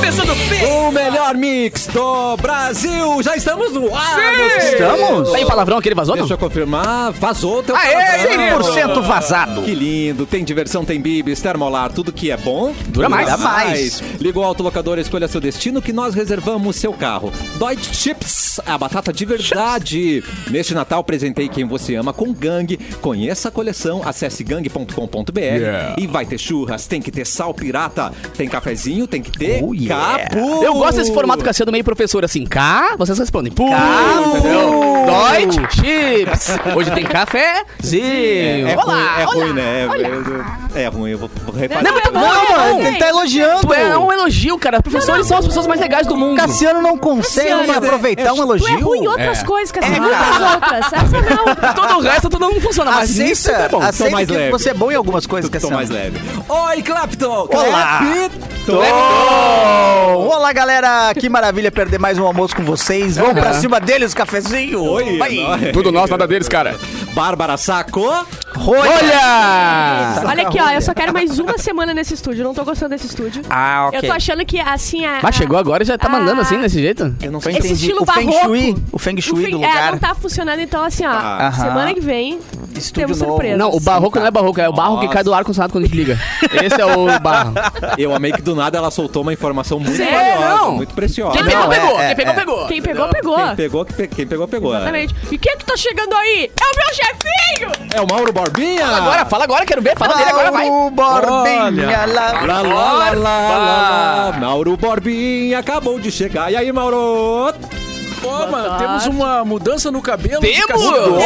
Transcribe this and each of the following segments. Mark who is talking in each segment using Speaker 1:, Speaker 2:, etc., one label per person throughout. Speaker 1: Pensando bem.
Speaker 2: O melhor mix do Brasil! Já estamos no ar! meus
Speaker 3: Estamos?
Speaker 2: queridos.
Speaker 3: Tem palavrão que ele vazou?
Speaker 2: Deixa eu confirmar, vazou o teu
Speaker 3: Tá Aê,
Speaker 2: palavrão.
Speaker 3: 100% vazado.
Speaker 2: Que lindo, tem diversão, tem bibis, termolar, tudo que é bom.
Speaker 3: Dura mais. Dura mais.
Speaker 2: Liga o autolocador, escolha seu destino que nós reservamos seu carro. Deutsche Chips, a batata de verdade. Neste Natal, presentei quem você ama com Gang. Conheça a coleção, acesse gang.com.br
Speaker 4: Yeah.
Speaker 2: e vai ter churras, tem que ter sal pirata, tem cafezinho, tem que ter
Speaker 3: Oh, yeah.
Speaker 2: capu.
Speaker 3: Eu gosto desse formato Cassiano meio professor, assim, K, vocês respondem. Pu, entendeu?
Speaker 2: entendeu?
Speaker 3: Deutsch, chips. Hoje tem cafezinho.
Speaker 2: É,
Speaker 3: Olá,
Speaker 2: ruim,
Speaker 3: olá.
Speaker 2: é ruim, né? É, é ruim, eu vou, vou reparar.
Speaker 3: Não, mas tá bom,
Speaker 1: Não,
Speaker 5: é
Speaker 3: tá bom.
Speaker 1: mano, ele tá
Speaker 3: Tu
Speaker 1: elogiando.
Speaker 3: é um elogio, cara. Professores são as pessoas mais legais do mundo.
Speaker 1: Cassiano não
Speaker 5: Cassiano,
Speaker 1: consegue
Speaker 5: mas é-
Speaker 1: aproveitar um
Speaker 5: Tu é ruim em
Speaker 1: elogio.
Speaker 5: outras coisas, que
Speaker 1: É,
Speaker 5: assim, muitas outras. Essa não.
Speaker 3: Todo o resto tudo não funciona, mas isso
Speaker 1: Aceita,
Speaker 3: tá bom.
Speaker 1: aceita
Speaker 2: é mais
Speaker 1: que
Speaker 2: leve.
Speaker 1: você é bom em algumas coisas,
Speaker 2: Tô
Speaker 1: Cassiano.
Speaker 2: mais leve. Oi, Clapton!
Speaker 1: Olá! Bom, Olá, galera. Que maravilha perder mais um almoço com vocês. Vamos pra cima deles, cafezinho.
Speaker 2: Oi,
Speaker 1: Vai.
Speaker 2: nós.
Speaker 4: Tudo nosso, nada deles, cara.
Speaker 2: Bárbara Saco!
Speaker 3: Olha!
Speaker 5: Olha aqui, ó, eu só quero mais uma semana nesse estúdio. Eu Não tô gostando desse estúdio.
Speaker 1: Ah, ok.
Speaker 5: Eu tô achando que, assim, a...
Speaker 3: Mas chegou agora e já tá
Speaker 5: Ah.
Speaker 3: mandando assim, desse jeito?
Speaker 1: Eu não sei,
Speaker 5: Esse estilo
Speaker 1: o Feng
Speaker 5: barroco.
Speaker 1: Shui, o Feng
Speaker 5: o
Speaker 1: Shui
Speaker 5: fim-
Speaker 1: do
Speaker 5: É,
Speaker 1: lugar.
Speaker 5: não tá funcionando, então, assim, ó,
Speaker 1: Aham.
Speaker 5: semana que vem
Speaker 1: Estúdio
Speaker 5: temos
Speaker 1: novo.
Speaker 5: surpresa.
Speaker 3: Não, o barroco não é barroco, é o barro que
Speaker 2: Nossa.
Speaker 3: cai do ar-condicionado quando a gente liga. Esse é o barro.
Speaker 2: Eu amei que do nada ela soltou uma informação muito
Speaker 5: Sim,
Speaker 2: valiosa,
Speaker 3: não.
Speaker 2: muito preciosa.
Speaker 3: Quem
Speaker 1: Não,
Speaker 3: pegou,
Speaker 1: é,
Speaker 3: pegou.
Speaker 1: é,
Speaker 3: Quem pegou,
Speaker 1: é.
Speaker 3: pegou.
Speaker 5: Quem pegou, pegou.
Speaker 2: Quem pegou, que pe- quem pegou, pegou. É
Speaker 5: Exatamente. E quem é que tá chegando aí? É o meu chefinho!
Speaker 2: o Mauro Borbinha!
Speaker 3: Agora, fala agora, quero ver. Fala dele agora, vai.
Speaker 1: Mauro Borbinha
Speaker 2: Olha.
Speaker 1: lá.
Speaker 2: Lá, lá, lá, lá, lá, lá. Mauro Borbinha acabou de chegar. E aí, Mauro?
Speaker 6: Pô, mano, temos uma mudança no cabelo. assim, de
Speaker 3: Temos!
Speaker 6: Cassiano.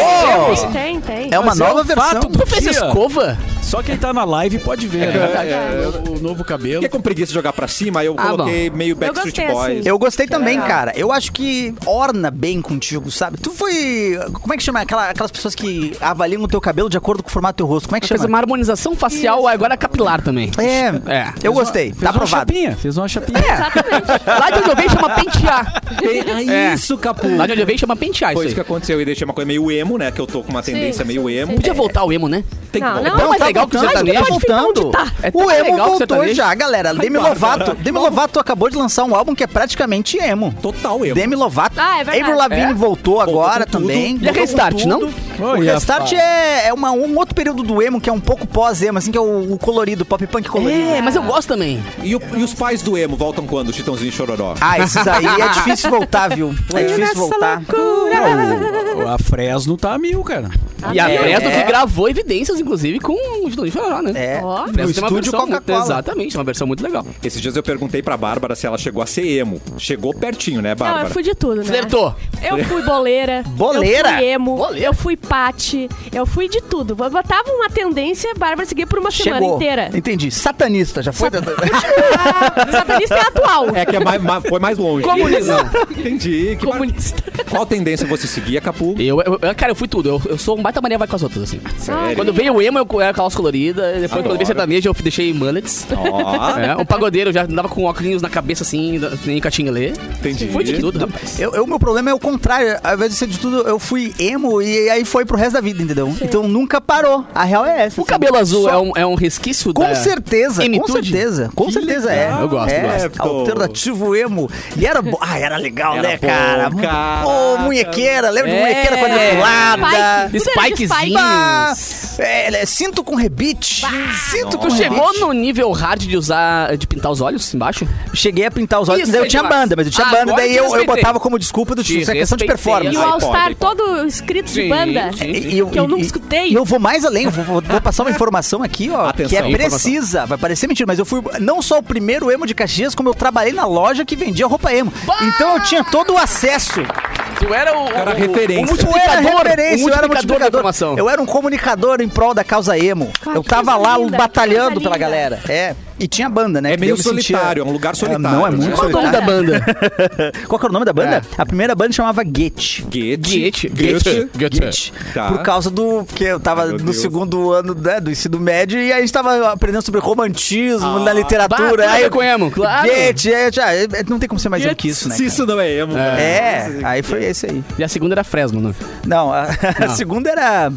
Speaker 1: Oh,
Speaker 5: Tem, tem.
Speaker 1: É uma
Speaker 6: Mas é
Speaker 1: nova
Speaker 6: um fato
Speaker 1: versão.
Speaker 6: do
Speaker 3: Tu fez
Speaker 6: dia.
Speaker 3: escova?
Speaker 6: Só quem tá na live pode ver, né?
Speaker 2: É, eu
Speaker 6: O, o novo cabelo.
Speaker 2: fiquei com preguiça de jogar pra cima, eu
Speaker 3: Ah,
Speaker 2: coloquei meio Backstreet
Speaker 5: gostei,
Speaker 2: Boys.
Speaker 5: assim.
Speaker 1: Eu gostei também, cara. Eu acho que orna bem contigo, sabe? Tu foi. Como é que chama? Aquela- aquelas pessoas que avaliam o teu cabelo de acordo com o formato do teu rosto. Como é que
Speaker 3: Fez
Speaker 1: chama?
Speaker 3: uma harmonização facial, agora capilar também.
Speaker 1: É,
Speaker 3: É.
Speaker 1: eu gostei.
Speaker 6: Fez
Speaker 1: tá
Speaker 6: uma
Speaker 1: aprovado.
Speaker 6: chapinha, fez uma chapinha.
Speaker 5: Exatamente.
Speaker 3: Lá de onde eu venho chama pentear.
Speaker 2: Tem-
Speaker 3: É.
Speaker 2: Isso, Capu!
Speaker 3: Lá de onde eu venho chama pentear
Speaker 2: Foi
Speaker 3: isso
Speaker 2: isso que
Speaker 3: aí.
Speaker 2: aconteceu e deixei uma coisa meio emo, né? Que eu tô com uma tendência meio emo.
Speaker 3: Podia voltar o emo, né?
Speaker 2: Tem que
Speaker 5: Não,
Speaker 2: voltar.
Speaker 5: não,
Speaker 3: Tão mais
Speaker 1: tá
Speaker 3: legal que o
Speaker 1: voltando,
Speaker 3: sertanejo.
Speaker 1: tá voltando.
Speaker 3: É tão
Speaker 1: o emo
Speaker 3: legal que o
Speaker 1: voltou
Speaker 3: sertanejo.
Speaker 1: já, galera. Demi Lovato. Demi Lovato acabou de lançar um álbum que é praticamente emo.
Speaker 2: Total emo.
Speaker 1: Demi Lovato.
Speaker 5: Ah, é verdade.
Speaker 1: Avril Lavigne
Speaker 3: É?
Speaker 1: voltou agora
Speaker 2: com tudo.
Speaker 1: também.
Speaker 3: E é restart, não?
Speaker 1: O
Speaker 6: Olha,
Speaker 1: restart
Speaker 6: pá.
Speaker 1: é, é uma- um outro período do emo que é um pouco pós-emo, assim, que é o, o colorido, pop punk colorido. né?
Speaker 3: É, mas eu gosto também.
Speaker 2: E, o- e os pais do emo voltam quando? Chitãozinho e Chororó.
Speaker 1: Ah, esses aí é difícil voltar, viu? É difícil voltar.
Speaker 6: Não, o- A Fresno tá a mil, cara.
Speaker 3: E a
Speaker 1: é.
Speaker 3: Fresno que gravou evidências, inclusive, com o Gitão de Chororó, né?
Speaker 1: É.
Speaker 5: Ó.
Speaker 3: Fresno
Speaker 1: No
Speaker 3: tem uma
Speaker 1: estúdio
Speaker 3: versão muito-
Speaker 1: Coca-Cola.
Speaker 3: Exatamente, uma versão muito legal.
Speaker 2: Esses dias eu perguntei pra Bárbara se ela chegou a ser emo. Chegou pertinho, né,
Speaker 5: Não, eu
Speaker 2: Bárbara?
Speaker 5: fui de tudo, né?
Speaker 3: Flertou.
Speaker 5: Eu fui boleira.
Speaker 1: Boleira?
Speaker 5: Eu fui emo.
Speaker 3: Boleira.
Speaker 5: Eu fui pate. Eu fui de tudo. Eu botava uma tendência, Bárbara seguia por uma semana
Speaker 1: Chegou.
Speaker 5: inteira.
Speaker 1: Entendi. Satanista, já foi?
Speaker 5: Satanista é atual.
Speaker 2: É que é mais, mais- foi mais longe.
Speaker 3: Comunista.
Speaker 2: Entendi. Que
Speaker 3: Comunista.
Speaker 2: mar- Qual tendência você seguia, Capu?
Speaker 3: Eu, eu- eu- cara, eu fui tudo. Eu, eu sou um baita mania vai com as outras, assim.
Speaker 5: Sério?
Speaker 3: Quando veio o emo, eu era calça colorida. Depois, quando veio sertanejo, eu deixei mullets.
Speaker 2: Ó,
Speaker 3: É, o pagodeiro eu já andava com óculos na cabeça, assim, da- nem catingalê.
Speaker 2: Entendi.
Speaker 3: Fui de tudo, rapaz.
Speaker 1: Eu, eu- meu problema é o contrário. Ao invés de ser de tudo, eu fui emo e aí foi pro resto da vida, entendeu? Então nunca parou. A real é essa.
Speaker 3: O
Speaker 1: assim.
Speaker 3: cabelo azul
Speaker 1: Só-
Speaker 3: é um, é um resquício
Speaker 1: Com
Speaker 3: da...
Speaker 1: certeza, com
Speaker 3: Emitude?
Speaker 1: certeza. Com
Speaker 3: Que
Speaker 1: certeza
Speaker 3: legal.
Speaker 1: é.
Speaker 3: Eu gosto,
Speaker 1: é,
Speaker 2: gosto.
Speaker 1: Alternativo emo. E era bo- Ah, era legal,
Speaker 2: Era
Speaker 1: né,
Speaker 2: bom,
Speaker 1: cara?
Speaker 2: cara.
Speaker 1: Ô, munhequeira. Lembra de
Speaker 3: É.
Speaker 1: munhequeira quadriculada?
Speaker 5: Spike. Tudo era de spike.
Speaker 1: Pá.
Speaker 3: Spikezinhos.
Speaker 1: É, é, cinto com rebite. cinto com
Speaker 3: Tu chegou
Speaker 1: rebite.
Speaker 3: no nível hard de usar, de pintar os olhos embaixo?
Speaker 1: Cheguei a pintar os olhos.
Speaker 3: Isso
Speaker 1: daí eu
Speaker 3: é
Speaker 1: tinha
Speaker 3: demais.
Speaker 1: banda, mas eu tinha
Speaker 3: Agora
Speaker 1: banda. Daí
Speaker 3: eu te
Speaker 1: eu, eu
Speaker 3: respeitei.
Speaker 1: botava como desculpa do tipo,
Speaker 3: Te
Speaker 1: isso é questão de
Speaker 3: respeitei.
Speaker 1: performance.
Speaker 5: E o
Speaker 3: Ai,
Speaker 5: All Star
Speaker 2: pode, pode.
Speaker 5: todo escrito de
Speaker 3: Sim,
Speaker 5: banda.
Speaker 3: sim.
Speaker 1: E- e eu-
Speaker 5: que eu nunca
Speaker 1: e-
Speaker 5: escutei.
Speaker 1: E eu vou mais além, eu vou, vou- vou passar uma informação aqui, ó,
Speaker 2: Atenção,
Speaker 1: que é
Speaker 2: informação.
Speaker 1: precisa. Vai parecer mentira, mas eu fui não só o primeiro emo de Caxias, como eu trabalhei na loja que vendia roupa emo. Então eu tinha todo o acesso.
Speaker 3: Tu era o...
Speaker 2: Cara,
Speaker 3: o-
Speaker 2: referência.
Speaker 3: O
Speaker 1: Eu era
Speaker 3: multiplicador.
Speaker 1: referência,
Speaker 3: o
Speaker 1: eu era
Speaker 3: multiplicador da
Speaker 1: multiplicador.
Speaker 3: informação.
Speaker 1: Eu era um comunicador em prol da causa emo.
Speaker 5: Ah,
Speaker 1: eu
Speaker 5: que
Speaker 1: tava
Speaker 5: coisa
Speaker 1: lá
Speaker 5: linda, que
Speaker 1: batalhando
Speaker 5: coisa
Speaker 1: pela
Speaker 5: linda.
Speaker 1: galera. É. E tinha banda, né?
Speaker 2: É
Speaker 1: Que
Speaker 2: meio
Speaker 1: eu me sentia-
Speaker 2: solitário, é um lugar solitário,
Speaker 1: não, é
Speaker 2: né?
Speaker 1: muito
Speaker 3: Qual é o nome da
Speaker 1: solitário.
Speaker 3: banda?
Speaker 1: Qual que era o nome da
Speaker 2: É.
Speaker 1: banda? A primeira banda chamava Get.
Speaker 2: Goethe.
Speaker 3: Goethe.
Speaker 2: Goethe.
Speaker 6: Goethe.
Speaker 1: Get.
Speaker 2: Tá.
Speaker 1: Por causa do. Porque eu tava
Speaker 2: meu
Speaker 1: no
Speaker 2: Deus.
Speaker 1: segundo ano né, do ensino médio e a gente tava aprendendo sobre romantismo
Speaker 2: Ah,
Speaker 1: na
Speaker 3: bah, tudo
Speaker 1: literatura.
Speaker 3: a
Speaker 1: aí
Speaker 3: ver com emo, claro.
Speaker 1: Get, Get, ah, é- é- não tem como ser mais do que isso, né?
Speaker 2: Se
Speaker 1: cara?
Speaker 2: isso não é emo, mano.
Speaker 1: É, aí foi esse aí.
Speaker 3: E a segunda era Fresno, né?
Speaker 1: Não, a, a segunda era.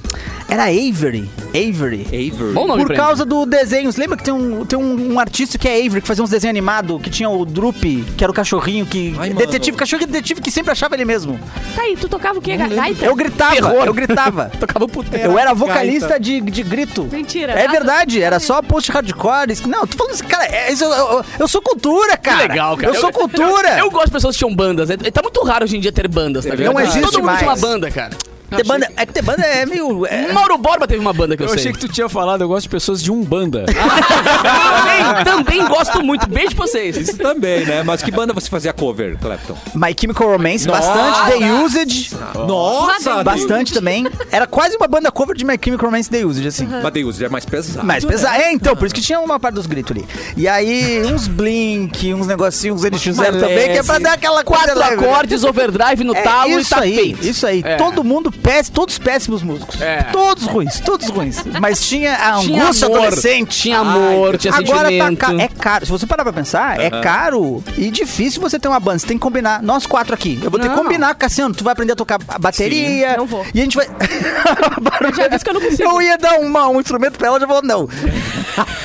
Speaker 1: Era Avery. Avery.
Speaker 2: Avery.
Speaker 3: Bom nome
Speaker 1: Por
Speaker 3: pra
Speaker 1: causa do desenho. Você lembra que tem, um, tem um, um artista que é Avery, que fazia uns desenhos animados, que tinha o Drupi, que era o cachorrinho que.
Speaker 2: Ai, mano.
Speaker 1: detetive, cachorro detetive que sempre achava ele mesmo.
Speaker 5: Tá aí, tu tocava o quê? Gaita?
Speaker 1: Eu gritava,
Speaker 3: Terror.
Speaker 1: eu gritava.
Speaker 3: Tocava puteiro.
Speaker 1: Eu era vocalista de, de grito.
Speaker 5: Mentira.
Speaker 1: É verdade, era só post hardcore. isso- Não, tu falando assim, cara, é isso- eu, eu- eu sou cultura, cara.
Speaker 3: Que legal, cara.
Speaker 1: Eu sou cultura.
Speaker 3: Eu gosto de pessoas que tinham bandas. É- Tá muito raro hoje em dia ter bandas, tá
Speaker 2: É
Speaker 3: ligado?
Speaker 1: verdade. Não existe
Speaker 3: Todo mundo tinha uma
Speaker 1: mais.
Speaker 3: banda, cara.
Speaker 1: Ter banda, é que ter banda é meio. é-
Speaker 3: Mauro Borba teve uma banda que eu,
Speaker 6: Eu
Speaker 3: sei.
Speaker 6: achei que tu tinha falado, eu gosto de pessoas de Umbanda.
Speaker 3: também, também gosto muito. Beijo pra vocês.
Speaker 2: Isso também, né? Mas que banda você fazia cover, Clapton?
Speaker 1: My Chemical Romance,
Speaker 2: Nossa.
Speaker 1: bastante. The Usage,
Speaker 2: Nossa!
Speaker 1: bastante também. Era quase uma banda cover de My Chemical Romance The Usage, assim.
Speaker 2: Mas Deus, é mais pesado.
Speaker 1: Mas pesado. É, então, por isso que tinha uma parte dos gritos ali. E aí, uns Blink, uns negocinhos, uns NX0 também, que é pra
Speaker 2: leve.
Speaker 1: dar aquela coisa
Speaker 3: Quatro
Speaker 1: leve, né?
Speaker 3: acordes, overdrive no
Speaker 1: É,
Speaker 3: talo
Speaker 1: isso
Speaker 3: e tá
Speaker 1: aí,
Speaker 3: feito.
Speaker 1: isso aí.
Speaker 3: É.
Speaker 1: Todo mundo péssimo, todos péssimos músicos.
Speaker 3: É.
Speaker 1: Todos ruins, todos ruins. Mas tinha a
Speaker 3: Tinha
Speaker 1: angústia
Speaker 3: amor,
Speaker 1: adolescente.
Speaker 3: Tinha amor, tinha
Speaker 1: Agora tá
Speaker 3: sentimento.
Speaker 1: ca- é caro. Se você parar pra pensar, é caro e difícil você ter uma banda. Você tem que combinar. Nós quatro aqui. Eu vou ter que
Speaker 5: Não.
Speaker 1: combinar, Cassiano. Tu vai aprender a tocar a bateria.
Speaker 5: Sim. Não vou.
Speaker 1: E a gente vai.
Speaker 5: Eu já disse que eu não consigo.
Speaker 1: Eu ia dar uma- um instrumento pra ela, já falou não.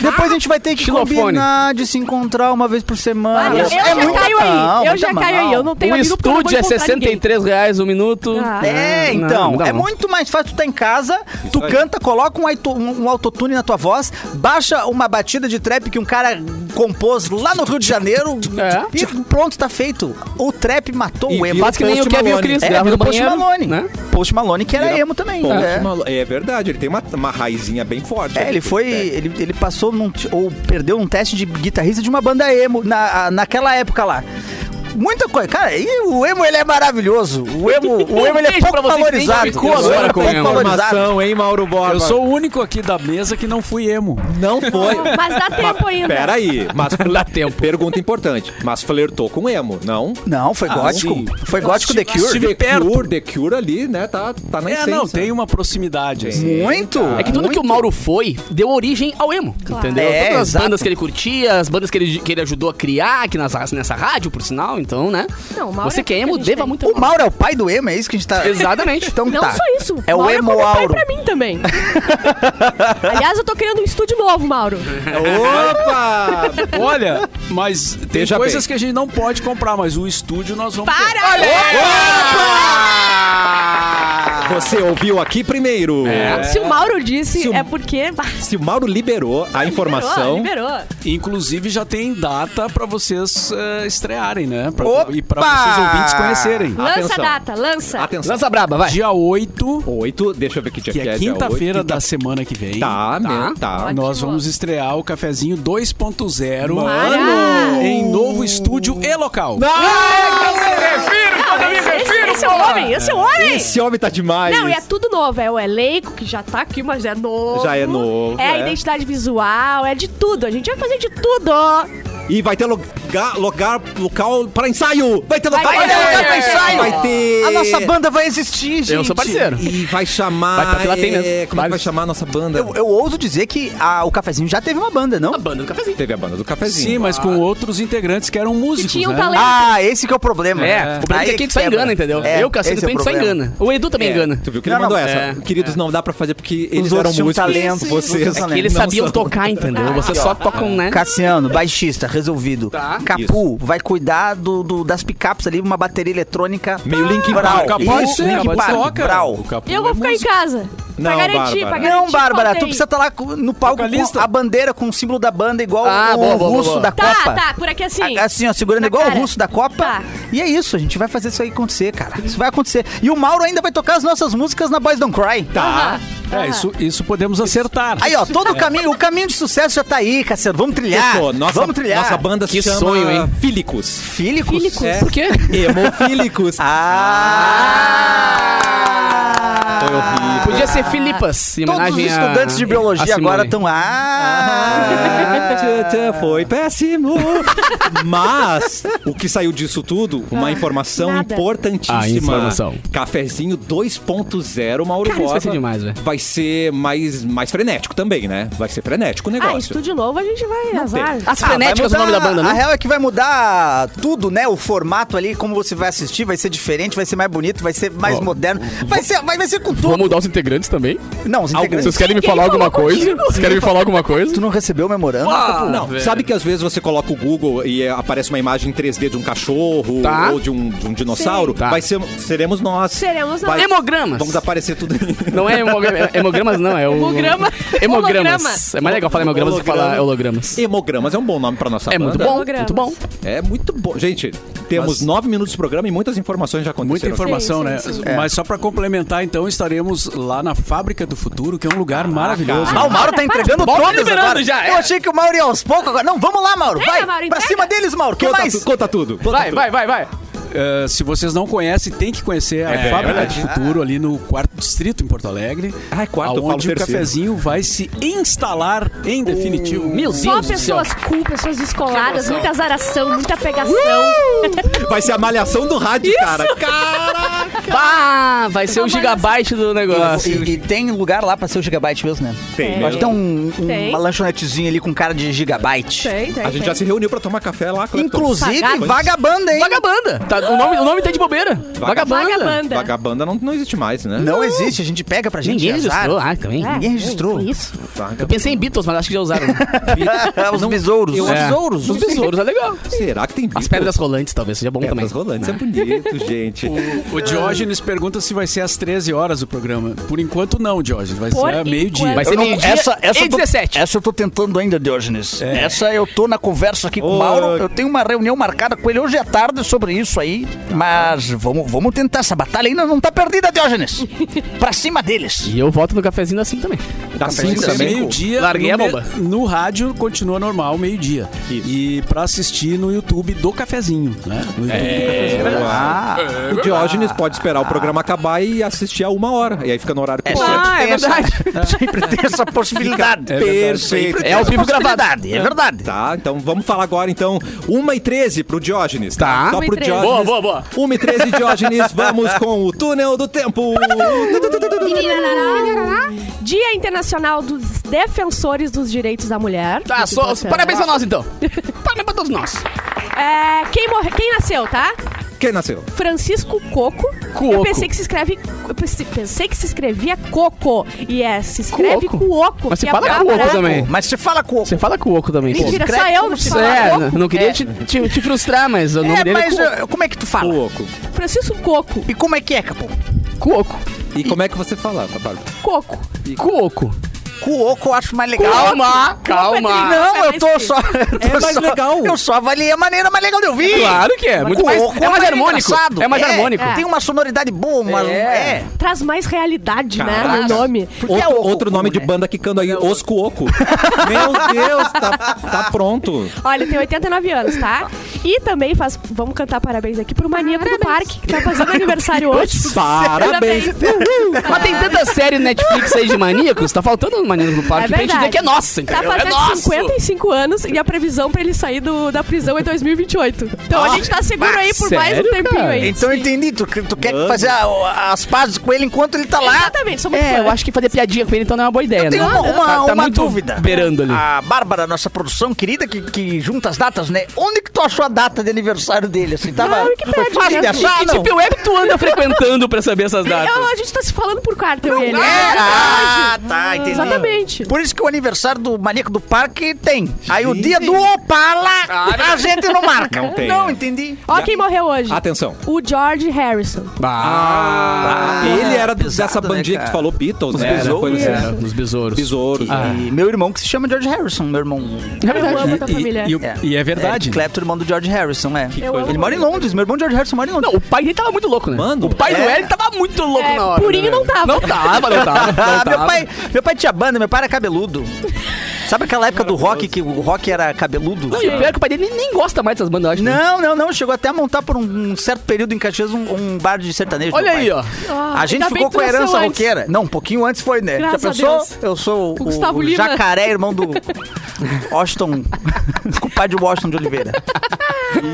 Speaker 1: Depois a gente vai ter que
Speaker 3: Xilofone.
Speaker 1: combinar de se encontrar uma vez por semana.
Speaker 5: Ah, eu, eu
Speaker 1: É
Speaker 5: já
Speaker 1: muita
Speaker 5: caio
Speaker 1: mão,
Speaker 5: aí. Eu
Speaker 1: muita
Speaker 5: já caio
Speaker 1: mão.
Speaker 5: aí. Eu não tenho
Speaker 3: O
Speaker 5: amigo porque eu não vou
Speaker 3: estúdio é
Speaker 5: encontrar
Speaker 3: 63 reais um minuto.
Speaker 5: Ah.
Speaker 1: É,
Speaker 3: Não,
Speaker 1: então,
Speaker 3: não dá
Speaker 1: é
Speaker 3: não.
Speaker 1: muito mais fácil. Tu tá em casa, tu
Speaker 2: aí.
Speaker 1: canta, coloca um, aito- um- um autotune na tua voz, baixa uma batida de trap que um cara compôs lá no Rio de Janeiro
Speaker 3: É.
Speaker 1: e pronto, tá feito. O trap matou
Speaker 2: E
Speaker 1: o emo.
Speaker 2: virou
Speaker 3: Quase que nem o
Speaker 2: Post
Speaker 3: Kevin e o
Speaker 2: Malone.
Speaker 3: Chris.
Speaker 1: É,
Speaker 3: grava
Speaker 1: virou
Speaker 3: no
Speaker 1: Post
Speaker 3: banheiro,
Speaker 1: Malone.
Speaker 3: né?
Speaker 1: Post Malone que era emo também.
Speaker 2: Post
Speaker 1: é.
Speaker 2: Malone. é. verdade, ele tem uma, uma raizinha bem forte.
Speaker 1: É, ele
Speaker 3: Tipo,
Speaker 1: foi. Ele, ele passou num t- ou perdeu um teste de guitarrista de uma banda emo na, a- naquela época lá. Muita coisa. Cara, e o emo ele é maravilhoso. O emo, o emo ele é
Speaker 3: beijo
Speaker 1: pouco
Speaker 3: pra você que nem
Speaker 1: valorizado.
Speaker 3: ficou
Speaker 1: O emo
Speaker 3: agora
Speaker 1: é
Speaker 3: com
Speaker 1: pouco
Speaker 3: emo.
Speaker 1: valorizado.
Speaker 2: Informação, hein, Mauro Borba?
Speaker 6: Eu sou o único aqui da mesa que não fui emo.
Speaker 2: Não foi.
Speaker 5: ninguém. Mas dá tempo ainda.
Speaker 2: É. Peraí, mas...
Speaker 3: Dá tempo.
Speaker 2: Pergunta importante. Mas flertou com emo, não?
Speaker 1: Não, foi gótico.
Speaker 2: sim.
Speaker 1: Foi gótico The
Speaker 6: estive-
Speaker 1: Cure.
Speaker 2: The
Speaker 6: estive- perto.
Speaker 2: Cure, The Cure ali, né, tá, tá na
Speaker 6: É,
Speaker 2: essência.
Speaker 6: não, tem uma proximidade. assim.
Speaker 1: Muito.
Speaker 3: É que tudo que o Mauro foi deu origem ao emo,
Speaker 5: Claro.
Speaker 3: entendeu?
Speaker 1: É,
Speaker 3: Todas as
Speaker 1: exato.
Speaker 3: bandas que ele curtia, as bandas que ele, que ele ajudou a criar aqui nas, nessa rádio, por sinal, então, né?
Speaker 5: Não, o Mauro
Speaker 3: Você
Speaker 5: é
Speaker 3: que é
Speaker 5: tudo
Speaker 3: emo,
Speaker 5: que a gente
Speaker 3: deva
Speaker 5: tem.
Speaker 3: muito
Speaker 1: O Mauro é o pai do emo, é isso que a gente tá.
Speaker 3: Exatamente.
Speaker 1: Então
Speaker 5: Não
Speaker 1: tá.
Speaker 5: só isso.
Speaker 1: É o
Speaker 5: Mauro
Speaker 1: emo
Speaker 5: como pai
Speaker 1: Auro.
Speaker 5: pra mim também. Aliás, eu tô criando um estúdio novo, Mauro.
Speaker 2: Opa!
Speaker 6: Olha, mas tem
Speaker 2: Veja
Speaker 6: coisas
Speaker 2: bem.
Speaker 6: que a gente não pode comprar, mas o estúdio nós vamos. ter.
Speaker 5: Para!
Speaker 2: Você ouviu aqui primeiro.
Speaker 5: Se o Mauro disse,
Speaker 2: Se o-
Speaker 5: é porque... Bah,
Speaker 2: Se o Mauro liberou a informação...
Speaker 5: Liberou, liberou.
Speaker 6: Inclusive já tem data pra vocês eh, estrearem, né? Pra-
Speaker 1: Opa!
Speaker 6: E pra vocês ouvintes conhecerem.
Speaker 5: Lança
Speaker 2: Atenção. Ah,
Speaker 5: a data, lança.
Speaker 2: Atenção.
Speaker 3: Lança braba, vai.
Speaker 6: Dia 8,
Speaker 2: 8, deixa eu ver que dia
Speaker 6: que é
Speaker 2: dia oito.
Speaker 6: quinta-feira da semana que vem.
Speaker 2: Tá, né? Tá.
Speaker 5: Ótimo.
Speaker 6: Nós vamos estrear o cafezinho 2.0
Speaker 5: Mara!
Speaker 6: em novo estúdio e local.
Speaker 5: Não, esse, esse- esse é o homem, esse é o homem!
Speaker 2: Esse homem tá demais.
Speaker 5: Não, e é tudo novo. É o elenco, que já tá aqui, mas é novo.
Speaker 2: Já é novo,
Speaker 5: É a
Speaker 2: é.
Speaker 5: identidade visual, é de tudo. A gente vai fazer de tudo.
Speaker 2: E vai ter lugar, lugar, local pra ensaio. Vai ter local,
Speaker 5: Vai
Speaker 1: Vai
Speaker 5: ter
Speaker 1: ter lugar pra
Speaker 5: É.
Speaker 1: ensaio.
Speaker 2: Vai ter...
Speaker 1: A nossa banda vai existir, gente.
Speaker 3: Eu sou parceiro.
Speaker 2: E vai chamar...
Speaker 3: Vai, porque ela tem
Speaker 2: é,
Speaker 3: mesmo.
Speaker 2: Como é que vai
Speaker 3: Vários.
Speaker 2: chamar a nossa banda?
Speaker 1: Eu, eu ouso dizer que a- o cafezinho já teve uma banda, não?
Speaker 3: A banda do cafezinho.
Speaker 2: Teve a banda do cafezinho.
Speaker 6: Sim, mas com outros integrantes que eram músicos,
Speaker 5: tinha um
Speaker 6: né?
Speaker 5: talento.
Speaker 1: Ah, esse que é o problema.
Speaker 3: É, o problema é que a gente só
Speaker 1: quebra.
Speaker 3: engana, entendeu?
Speaker 1: É,
Speaker 3: eu, Cassino,
Speaker 1: esse é o
Speaker 3: a gente só
Speaker 1: problema. É,
Speaker 3: engana. O Edu também engana.
Speaker 2: Tu viu que ele
Speaker 1: Não,
Speaker 2: mandou
Speaker 1: não,
Speaker 2: essa.
Speaker 3: é.
Speaker 2: Queridos, não dá pra fazer porque eles
Speaker 1: Os
Speaker 2: eram
Speaker 1: outros tinham
Speaker 2: músicos.
Speaker 1: talento, os outros tinham
Speaker 2: Vocês.
Speaker 1: talento.
Speaker 3: Que eles
Speaker 2: não
Speaker 3: sabiam
Speaker 2: são.
Speaker 3: tocar,
Speaker 1: Ah,
Speaker 3: entendeu? Vocês só tocam, né?
Speaker 1: Cassiano, baixista, resolvido.
Speaker 3: Tá.
Speaker 1: Capu
Speaker 2: Isso.
Speaker 1: vai cuidar do, do- das picapes ali, uma bateria eletrônica.
Speaker 2: Meio Linkin
Speaker 1: Brau.
Speaker 2: Park.
Speaker 1: Isso,
Speaker 6: Isso,
Speaker 1: Linkin
Speaker 6: Capaz
Speaker 1: Park,
Speaker 6: toca.
Speaker 1: Brau.
Speaker 6: O Capaz
Speaker 5: Eu vou
Speaker 6: é
Speaker 5: ficar em
Speaker 6: músico.
Speaker 5: casa.
Speaker 2: Não,
Speaker 5: pra garantir,
Speaker 2: Bárbara.
Speaker 5: pra garantir.
Speaker 1: Não, Bárbara, tu
Speaker 5: contei.
Speaker 1: precisa estar lá com- no palco com
Speaker 6: Vocalista.
Speaker 1: a bandeira com o símbolo da banda, igual
Speaker 3: Ah,
Speaker 1: o
Speaker 3: boa, boa,
Speaker 1: russo
Speaker 3: boa.
Speaker 1: da
Speaker 5: Tá,
Speaker 1: Copa.
Speaker 5: tá, por aqui
Speaker 2: Ah,
Speaker 5: assim.
Speaker 2: é
Speaker 1: A- Assim, ó, segurando
Speaker 5: Na
Speaker 1: igual
Speaker 5: cara.
Speaker 1: o russo da Copa.
Speaker 5: Tá.
Speaker 1: E é isso, a gente vai fazer isso aí acontecer, cara. Isso vai acontecer. E o Mauro ainda vai tocar as nossas músicas na Boys Don't Cry.
Speaker 2: Ah,
Speaker 5: Aham, Ah, aham.
Speaker 6: É, isso, isso podemos acertar.
Speaker 1: Aí, ó, todo o caminho, o caminho de sucesso já tá aí, Cassiano. Vamos trilhar.
Speaker 2: Pô, nossa,
Speaker 1: Vamos trilhar.
Speaker 2: Nossa banda
Speaker 3: Que
Speaker 2: se chama
Speaker 3: sonho, hein?
Speaker 2: Fílicos.
Speaker 1: Fílicos?
Speaker 5: Fílicos.
Speaker 1: É.
Speaker 3: Por quê?
Speaker 2: Hemofílicos.
Speaker 1: Ah!
Speaker 2: Foi horrível.
Speaker 3: Podia podia ser Filipas. em
Speaker 1: É. Todos Ah! os
Speaker 3: homenagem a-
Speaker 1: estudantes de biologia
Speaker 3: a Simone.
Speaker 1: agora estão. Ah!
Speaker 2: Ah, tchê, tchê, foi péssimo. Mas o que saiu disso tudo? Uma informação
Speaker 5: Ah, nada.
Speaker 2: importantíssima.
Speaker 3: Ah, informação.
Speaker 2: Cafezinho 2.0 Mauro
Speaker 3: Cara, isso vai ser
Speaker 2: Borba.
Speaker 3: demais, velho.
Speaker 2: Vai ser mais, mais frenético também, né? Vai ser frenético o
Speaker 5: Ah,
Speaker 2: negócio. Assim,
Speaker 5: isso de novo a gente vai azar.
Speaker 3: As
Speaker 1: Ah, vai
Speaker 3: frenéticas é o nome da
Speaker 1: mudar-
Speaker 3: banda,
Speaker 1: A
Speaker 3: né?
Speaker 1: real é que vai mudar tudo, né? O formato ali, como você vai assistir, vai ser diferente, vai ser mais bonito, vai ser mais
Speaker 3: Ó,
Speaker 1: moderno. Vai ser, vai, vai ser com
Speaker 3: Vou
Speaker 1: tudo.
Speaker 3: mudar os integrantes também.
Speaker 1: Não, os integrantes.
Speaker 3: Vocês querem me falar alguma coisa? Vocês querem me falar alguma coisa?
Speaker 1: Tu não recebeu o memorando?
Speaker 2: Ah, não, sabe que às vezes você coloca o Google e é, aparece uma imagem 3D de um cachorro
Speaker 3: Tá.
Speaker 2: ou de um, de um dinossauro?
Speaker 3: Sim. Tá.
Speaker 2: Vai ser, seremos nós.
Speaker 5: Seremos nós.
Speaker 2: Vai-
Speaker 3: Hemogramas.
Speaker 2: Vamos aparecer tudo ali.
Speaker 3: Não é hemogramas, hemogramas não, é o...
Speaker 5: Hemograma.
Speaker 3: Hemogramas.
Speaker 5: Holograma.
Speaker 3: É mais legal falar hemogramas do que falar
Speaker 2: Holograma.
Speaker 3: hologramas.
Speaker 2: Hemogramas é um bom nome pra nossa
Speaker 3: É
Speaker 2: banda.
Speaker 3: muito bom,
Speaker 5: Hologramas.
Speaker 3: muito bom.
Speaker 2: É muito bom. Gente, temos nove minutos de programa e muitas informações já
Speaker 6: Muita
Speaker 2: aconteceram.
Speaker 6: informação,
Speaker 5: Sim,
Speaker 6: né?
Speaker 5: sim, sim.
Speaker 6: Mas só pra complementar, então, estaremos lá na Fábrica do Futuro, que é um lugar maravilhoso.
Speaker 1: Ah, o Mauro tá entregando
Speaker 3: Bora
Speaker 1: todas
Speaker 3: liberando
Speaker 1: agora.
Speaker 3: já, é.
Speaker 1: Eu achei que o Mauro ia aos poucos agora. Não, vamos lá, Mauro.
Speaker 5: Pega,
Speaker 1: Vai,
Speaker 5: Mauro,
Speaker 1: pra
Speaker 5: entrega.
Speaker 1: cima deles, Mauro. que
Speaker 2: Conta,
Speaker 1: mais?
Speaker 2: tu- conta tudo. conta
Speaker 3: Vai,
Speaker 2: tudo.
Speaker 3: vai, vai, vai.
Speaker 6: Eh, se vocês não conhecem, tem que conhecer a
Speaker 2: É
Speaker 6: Fábrica
Speaker 2: verdade.
Speaker 6: do Futuro ali no quarto distrito em Porto Alegre.
Speaker 2: Ah, é quarto, eu falo
Speaker 6: onde o
Speaker 2: terceiro.
Speaker 6: cafezinho vai se instalar em definitivo.
Speaker 3: Meu
Speaker 5: Só
Speaker 2: assim,
Speaker 3: Deus do céu.
Speaker 5: pessoas cool, pessoas descoladas, muita azaração, muita pegação.
Speaker 2: Uh! Vai ser a malhação do rádio, cara. Caraca!
Speaker 3: Pá, vai ser o gigabyte do negócio.
Speaker 1: E, e tem lugar lá pra ser o gigabyte mesmo, né?
Speaker 3: É.
Speaker 2: Tem,
Speaker 1: Eu acho que
Speaker 3: Então,
Speaker 1: tem um- um-
Speaker 5: Tem.
Speaker 1: uma lanchonetezinha ali com cara de gigabyte.
Speaker 5: Tem, tem,
Speaker 2: A gente
Speaker 5: tem.
Speaker 2: já se reuniu pra tomar café lá. Clepton.
Speaker 1: Inclusive,
Speaker 5: Vagabanda.
Speaker 1: vagabanda, hein?
Speaker 3: Vagabanda. Tá, o, nome, o nome tá de bobeira. Vagabanda.
Speaker 5: Vagabanda.
Speaker 2: Vagabanda não, não existe mais, né?
Speaker 1: Não existe, a gente pega pra gente.
Speaker 3: Ninguém
Speaker 1: é azar.
Speaker 3: registrou. Ah, também.
Speaker 5: É,
Speaker 1: Ninguém registrou.
Speaker 5: é Isso.
Speaker 3: Eu
Speaker 2: Vagabanda.
Speaker 3: pensei em Beatles, mas acho que já usaram.
Speaker 1: Os besouros.
Speaker 2: eu-
Speaker 1: Os
Speaker 2: É.
Speaker 1: besouros.
Speaker 3: Os besouros é legal.
Speaker 2: Será que tem
Speaker 3: As pedras rolantes talvez seja bom também.
Speaker 2: Pedras rolantes é bonito, gente.
Speaker 6: O Diógenes pergunta se vai ser às 13 horas o programa. Por enquanto, não, Diógenes. Vai
Speaker 5: Por
Speaker 6: ser meio-dia.
Speaker 5: enquanto.
Speaker 3: Vai ser
Speaker 1: Eu não-
Speaker 3: meio-dia
Speaker 1: essa, essa
Speaker 3: e
Speaker 1: eu tô,
Speaker 3: 17.
Speaker 1: Essa eu tô tentando ainda, Diógenes. Essa eu tô na conversa aqui com o
Speaker 2: Ô.
Speaker 1: Mauro. Eu tenho uma reunião marcada com ele hoje à tarde sobre isso aí. Mas vamos, vamos tentar. Essa batalha ainda não tá perdida, Diógenes. pra cima deles.
Speaker 3: E eu volto no cafezinho assim também.
Speaker 2: Da
Speaker 6: Sim,
Speaker 2: cinco também.
Speaker 6: meio-dia.
Speaker 3: Larguei
Speaker 6: no
Speaker 3: a
Speaker 6: me-
Speaker 3: bomba.
Speaker 6: No rádio continua normal, meio-dia.
Speaker 2: Isso.
Speaker 6: E pra assistir no YouTube do cafezinho, né? No YouTube
Speaker 2: É.
Speaker 6: do cafezinho.
Speaker 3: É,
Speaker 1: Ah,
Speaker 2: O Diógenes pode esperar o programa acabar e assistir a uma hora. E aí fica no horário que
Speaker 1: É,
Speaker 2: pode.
Speaker 1: certo.
Speaker 3: Ah, é
Speaker 1: Essa-
Speaker 3: verdade.
Speaker 1: sempre tem essa possibilidade.
Speaker 6: É verdade.
Speaker 2: Perfeito.
Speaker 1: É ao vivo gravado. É verdade.
Speaker 2: Tá, então vamos falar agora então. 1 e 13 pro Diógenes.
Speaker 3: Tá.
Speaker 2: Só
Speaker 5: 1 e
Speaker 2: pro
Speaker 5: 13.
Speaker 2: Diógenes.
Speaker 3: Boa, boa, boa.
Speaker 2: 1 e 13, Diógenes, vamos com o túnel do tempo.
Speaker 5: Dia Internacional dos Defensores dos Direitos da Mulher.
Speaker 3: Tá,
Speaker 5: Muito
Speaker 3: só,
Speaker 5: importante.
Speaker 3: parabéns pra nós então. Parabéns pra todos nós.
Speaker 5: É, quem, morre, quem nasceu, tá?
Speaker 2: Quem nasceu?
Speaker 5: Francisco Coco.
Speaker 3: Cuoco.
Speaker 5: Eu pensei que se escreve. eu pensei- Pensei que se escrevia Coco. E é, se escreve
Speaker 3: Cuoco?
Speaker 5: Cuoco.
Speaker 3: Mas
Speaker 5: que
Speaker 3: se
Speaker 5: é
Speaker 3: fala
Speaker 5: a
Speaker 3: Cuoco
Speaker 5: palavra-
Speaker 3: também.
Speaker 1: Mas você fala com o
Speaker 3: Você fala com o Oco também.
Speaker 5: Mentira,
Speaker 1: Pô,
Speaker 5: só
Speaker 1: escreve
Speaker 5: eu te
Speaker 1: como se
Speaker 5: falar
Speaker 1: fala.
Speaker 3: É,
Speaker 5: Cuoco.
Speaker 3: não, não queria te, te- te frustrar, mas o nome
Speaker 1: É,
Speaker 3: dele
Speaker 1: mas
Speaker 3: é
Speaker 1: eh, como é que tu fala?
Speaker 2: O Oco.
Speaker 5: Francisco Coco.
Speaker 1: E como é que é, capô?
Speaker 3: Cuoco.
Speaker 2: E como é que você fala, Bárbara?
Speaker 5: Coco.
Speaker 3: Cuoco.
Speaker 1: Cuoco eu acho mais legal.
Speaker 3: é Calma,
Speaker 5: Pedrinho.
Speaker 3: calma.
Speaker 1: Não,
Speaker 5: É
Speaker 1: eu tô
Speaker 5: mais-
Speaker 1: só. eu tô
Speaker 2: É mais
Speaker 1: só-
Speaker 2: legal.
Speaker 1: Eu só avaliei a maneira mais legal de ouvir.
Speaker 3: Claro que é. Muito mais,
Speaker 1: Cuoco
Speaker 3: é mais harmônico.
Speaker 1: engraçado.
Speaker 3: É mais harmônico.
Speaker 5: É.
Speaker 1: Tem uma sonoridade boa, uma.
Speaker 3: É.
Speaker 1: É.
Speaker 5: Traz mais realidade, né? No
Speaker 1: Caraca.
Speaker 5: nome.
Speaker 1: Porque é
Speaker 2: Outro,
Speaker 1: oco
Speaker 2: outro nome de
Speaker 1: comum, né?
Speaker 2: banda quicando aí, Os Cuoco. Meu Deus, tá, tá pronto.
Speaker 5: Olha, tem 89 anos, tá? E também faz. Vamos cantar parabéns aqui pro Maníaco do Parque, que tá fazendo aniversário hoje.
Speaker 2: Parabéns.
Speaker 3: Mas tem tanta série Netflix aí de maníacos, tá faltando um maníaco no parque
Speaker 5: É
Speaker 3: pra gente dizer
Speaker 5: verdade.
Speaker 3: que é nossa,
Speaker 5: Tá
Speaker 3: entendeu? é
Speaker 5: fazendo
Speaker 3: nosso.
Speaker 5: 55 anos e a previsão pra ele sair do- da prisão é 2028. Então a gente tá seguro aí por mais um
Speaker 3: Ah, sério,
Speaker 5: tempinho
Speaker 3: cara?
Speaker 5: aí.
Speaker 1: Então eu
Speaker 5: Sim.
Speaker 1: entendi. Tu, tu quer
Speaker 2: Mano.
Speaker 1: fazer a- as pazes com ele enquanto ele tá lá.
Speaker 5: Exatamente, somos
Speaker 3: É, eu acho que fazer piadinha com ele então não é uma boa ideia,
Speaker 1: Eu tenho
Speaker 3: né?
Speaker 1: uma, uma,
Speaker 3: tá, tá
Speaker 1: uma
Speaker 3: muito
Speaker 1: dúvida. Ah.
Speaker 3: beirando ali.
Speaker 1: A Bárbara, nossa produção querida, que, que junta as datas, né? Onde que tu achou a data de aniversário dele? Assim, tava.
Speaker 5: Não, Wikipedia
Speaker 1: foi fácil de
Speaker 5: mesmo.
Speaker 1: achar,
Speaker 3: que
Speaker 1: não?
Speaker 3: tipo web tu anda frequentando pra saber essas datas?
Speaker 5: Ah, Eu- a gente tá se falando por quarto, eu e ele. né?
Speaker 1: É, ah,
Speaker 3: Hum,
Speaker 1: tá, entendi.
Speaker 5: Exatamente.
Speaker 1: Por isso que o aniversário do Maníaco do Parque tem. Aí o dia do Opala,
Speaker 3: Ah,
Speaker 1: a gente não marca.
Speaker 2: Não tem.
Speaker 1: entendi.
Speaker 5: Ó quem morreu hoje.
Speaker 2: Atenção.
Speaker 5: O George Harrison.
Speaker 2: Ah, ele era
Speaker 1: pesado,
Speaker 2: dessa
Speaker 1: né,
Speaker 2: bandinha que
Speaker 1: cara?
Speaker 2: tu falou, Beatles,
Speaker 1: Os
Speaker 2: né? Era
Speaker 1: besouros,
Speaker 2: coisa
Speaker 1: é.
Speaker 2: assim.
Speaker 3: Nos besouros. Ah.
Speaker 2: Besouros. né?
Speaker 1: E meu irmão que se chama George Harrison, meu irmão.
Speaker 3: É
Speaker 5: Eu
Speaker 3: verdade.
Speaker 5: amo a tua família.
Speaker 6: E, e o- e é verdade.
Speaker 1: Eric Clapton, irmão do George Harrison, é.
Speaker 5: Eu coisa amo.
Speaker 1: Ele mora em Londres, meu irmão George Harrison mora em Londres.
Speaker 3: Não, o pai dele tava muito louco, né?
Speaker 2: Mano,
Speaker 3: o pai do
Speaker 1: é.
Speaker 3: Eric tava muito louco
Speaker 5: É,
Speaker 3: na hora.
Speaker 5: purinho
Speaker 3: né?
Speaker 5: não tava.
Speaker 3: Não tava, não tava.
Speaker 1: Ah,
Speaker 3: não
Speaker 1: meu
Speaker 3: tava.
Speaker 1: pai, meu pai tinha banda, meu pai era cabeludo. Sabe aquela época do rock que o rock era cabeludo?
Speaker 3: Não, e pior é que o pai dele nem, nem gosta mais dessas bandas, eu acho. né?
Speaker 1: Não, não, não. Chegou até a montar por um um certo período em Caxias um, um bar de sertanejo.
Speaker 3: Olha
Speaker 1: meu
Speaker 3: aí,
Speaker 1: pai.
Speaker 3: ó.
Speaker 5: Ah,
Speaker 1: A gente
Speaker 5: ainda bem
Speaker 1: ficou
Speaker 5: que
Speaker 1: com a
Speaker 5: tu nasceu
Speaker 1: herança
Speaker 5: antes.
Speaker 1: roqueira. Não, um pouquinho antes foi, né?
Speaker 5: Graças
Speaker 1: Já
Speaker 5: a
Speaker 1: pensou?
Speaker 5: Deus.
Speaker 1: Eu sou o,
Speaker 5: Gustavo
Speaker 1: o
Speaker 5: Lima.
Speaker 1: jacaré, irmão do Washington, compadre de Washington de Oliveira.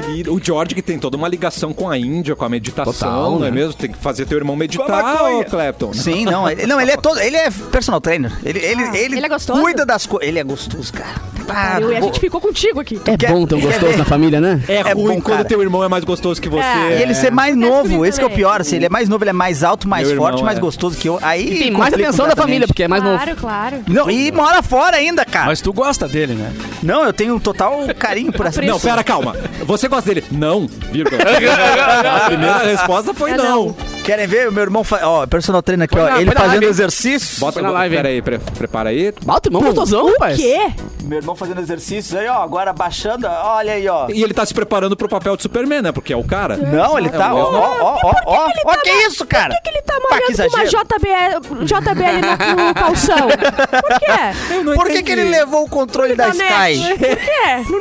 Speaker 2: E- e o George que tem toda uma ligação com a Índia, com a meditação,
Speaker 6: Total,
Speaker 2: não é
Speaker 6: né?
Speaker 2: mesmo? Tem que fazer teu irmão meditar,
Speaker 1: maconha.
Speaker 2: ô Clapton.
Speaker 1: Sim, não. Ele, não, ele é todo. Ele é personal trainer. Ele, ele, ele,
Speaker 5: ele é gostoso?
Speaker 1: cuida das coisas. Ele é gostoso, cara. Tá Pá,
Speaker 5: Eu e a
Speaker 1: pô.
Speaker 5: gente ficou contigo aqui.
Speaker 3: É
Speaker 1: Quer-
Speaker 3: bom ter um
Speaker 1: quer
Speaker 3: gostoso
Speaker 1: ver?
Speaker 3: na família, né?
Speaker 2: É,
Speaker 1: É
Speaker 2: ruim
Speaker 1: bom,
Speaker 2: quando
Speaker 1: cara.
Speaker 2: teu irmão é mais gostoso que você.
Speaker 5: É.
Speaker 1: E ele ser mais
Speaker 5: Acontece
Speaker 1: novo,
Speaker 5: comigo
Speaker 1: esse que é o
Speaker 5: também.
Speaker 1: pior. Se ele é mais novo, ele é mais alto, mais
Speaker 2: Meu
Speaker 1: forte,
Speaker 2: irmão,
Speaker 1: mais
Speaker 2: é.
Speaker 1: gostoso que eu. Aí
Speaker 3: Tem mais
Speaker 1: complica
Speaker 3: atenção da família,
Speaker 1: completamente.
Speaker 3: porque é mais novo.
Speaker 5: Claro, claro.
Speaker 1: Não, e mora fora ainda, cara.
Speaker 6: Mas tu gosta dele, né?
Speaker 1: Não, eu tenho um total carinho por essa
Speaker 2: Não,
Speaker 1: pessoa.
Speaker 2: pera, calma. Você gosta dele? Não, vírgula. A primeira resposta foi
Speaker 5: É,
Speaker 2: não.
Speaker 5: não.
Speaker 1: Querem ver? Meu irmão, fa... ó, personal trainer aqui,
Speaker 3: Põe
Speaker 1: ó.
Speaker 3: na-
Speaker 1: ele
Speaker 3: põe na
Speaker 1: fazendo
Speaker 3: live.
Speaker 1: exercícios.
Speaker 2: Bota
Speaker 3: Foi na live,
Speaker 2: Pera aí, pre- prepara aí.
Speaker 3: Bota o irmão é gostosão, pai.
Speaker 5: Quê?
Speaker 1: Meu irmão fazendo exercícios aí, ó. Agora baixando, ó, olha aí, ó.
Speaker 2: E ele tá se preparando pro papel de Superman, né? Porque é o cara.
Speaker 1: Não, ele tá,
Speaker 2: É o
Speaker 1: ó,
Speaker 2: mesmo.
Speaker 1: ó, ó, ó, ó.
Speaker 5: ele
Speaker 1: Ó,
Speaker 5: tá
Speaker 1: que
Speaker 5: ma-
Speaker 1: isso, cara?
Speaker 5: Por que, que ele tá
Speaker 1: Pá, que
Speaker 5: malhando com uma
Speaker 1: exagero.
Speaker 5: JBL, JBL na- no calção? Por quê?
Speaker 1: Por que, que ele levou o controle da Sky?
Speaker 5: Net. Por quê? Não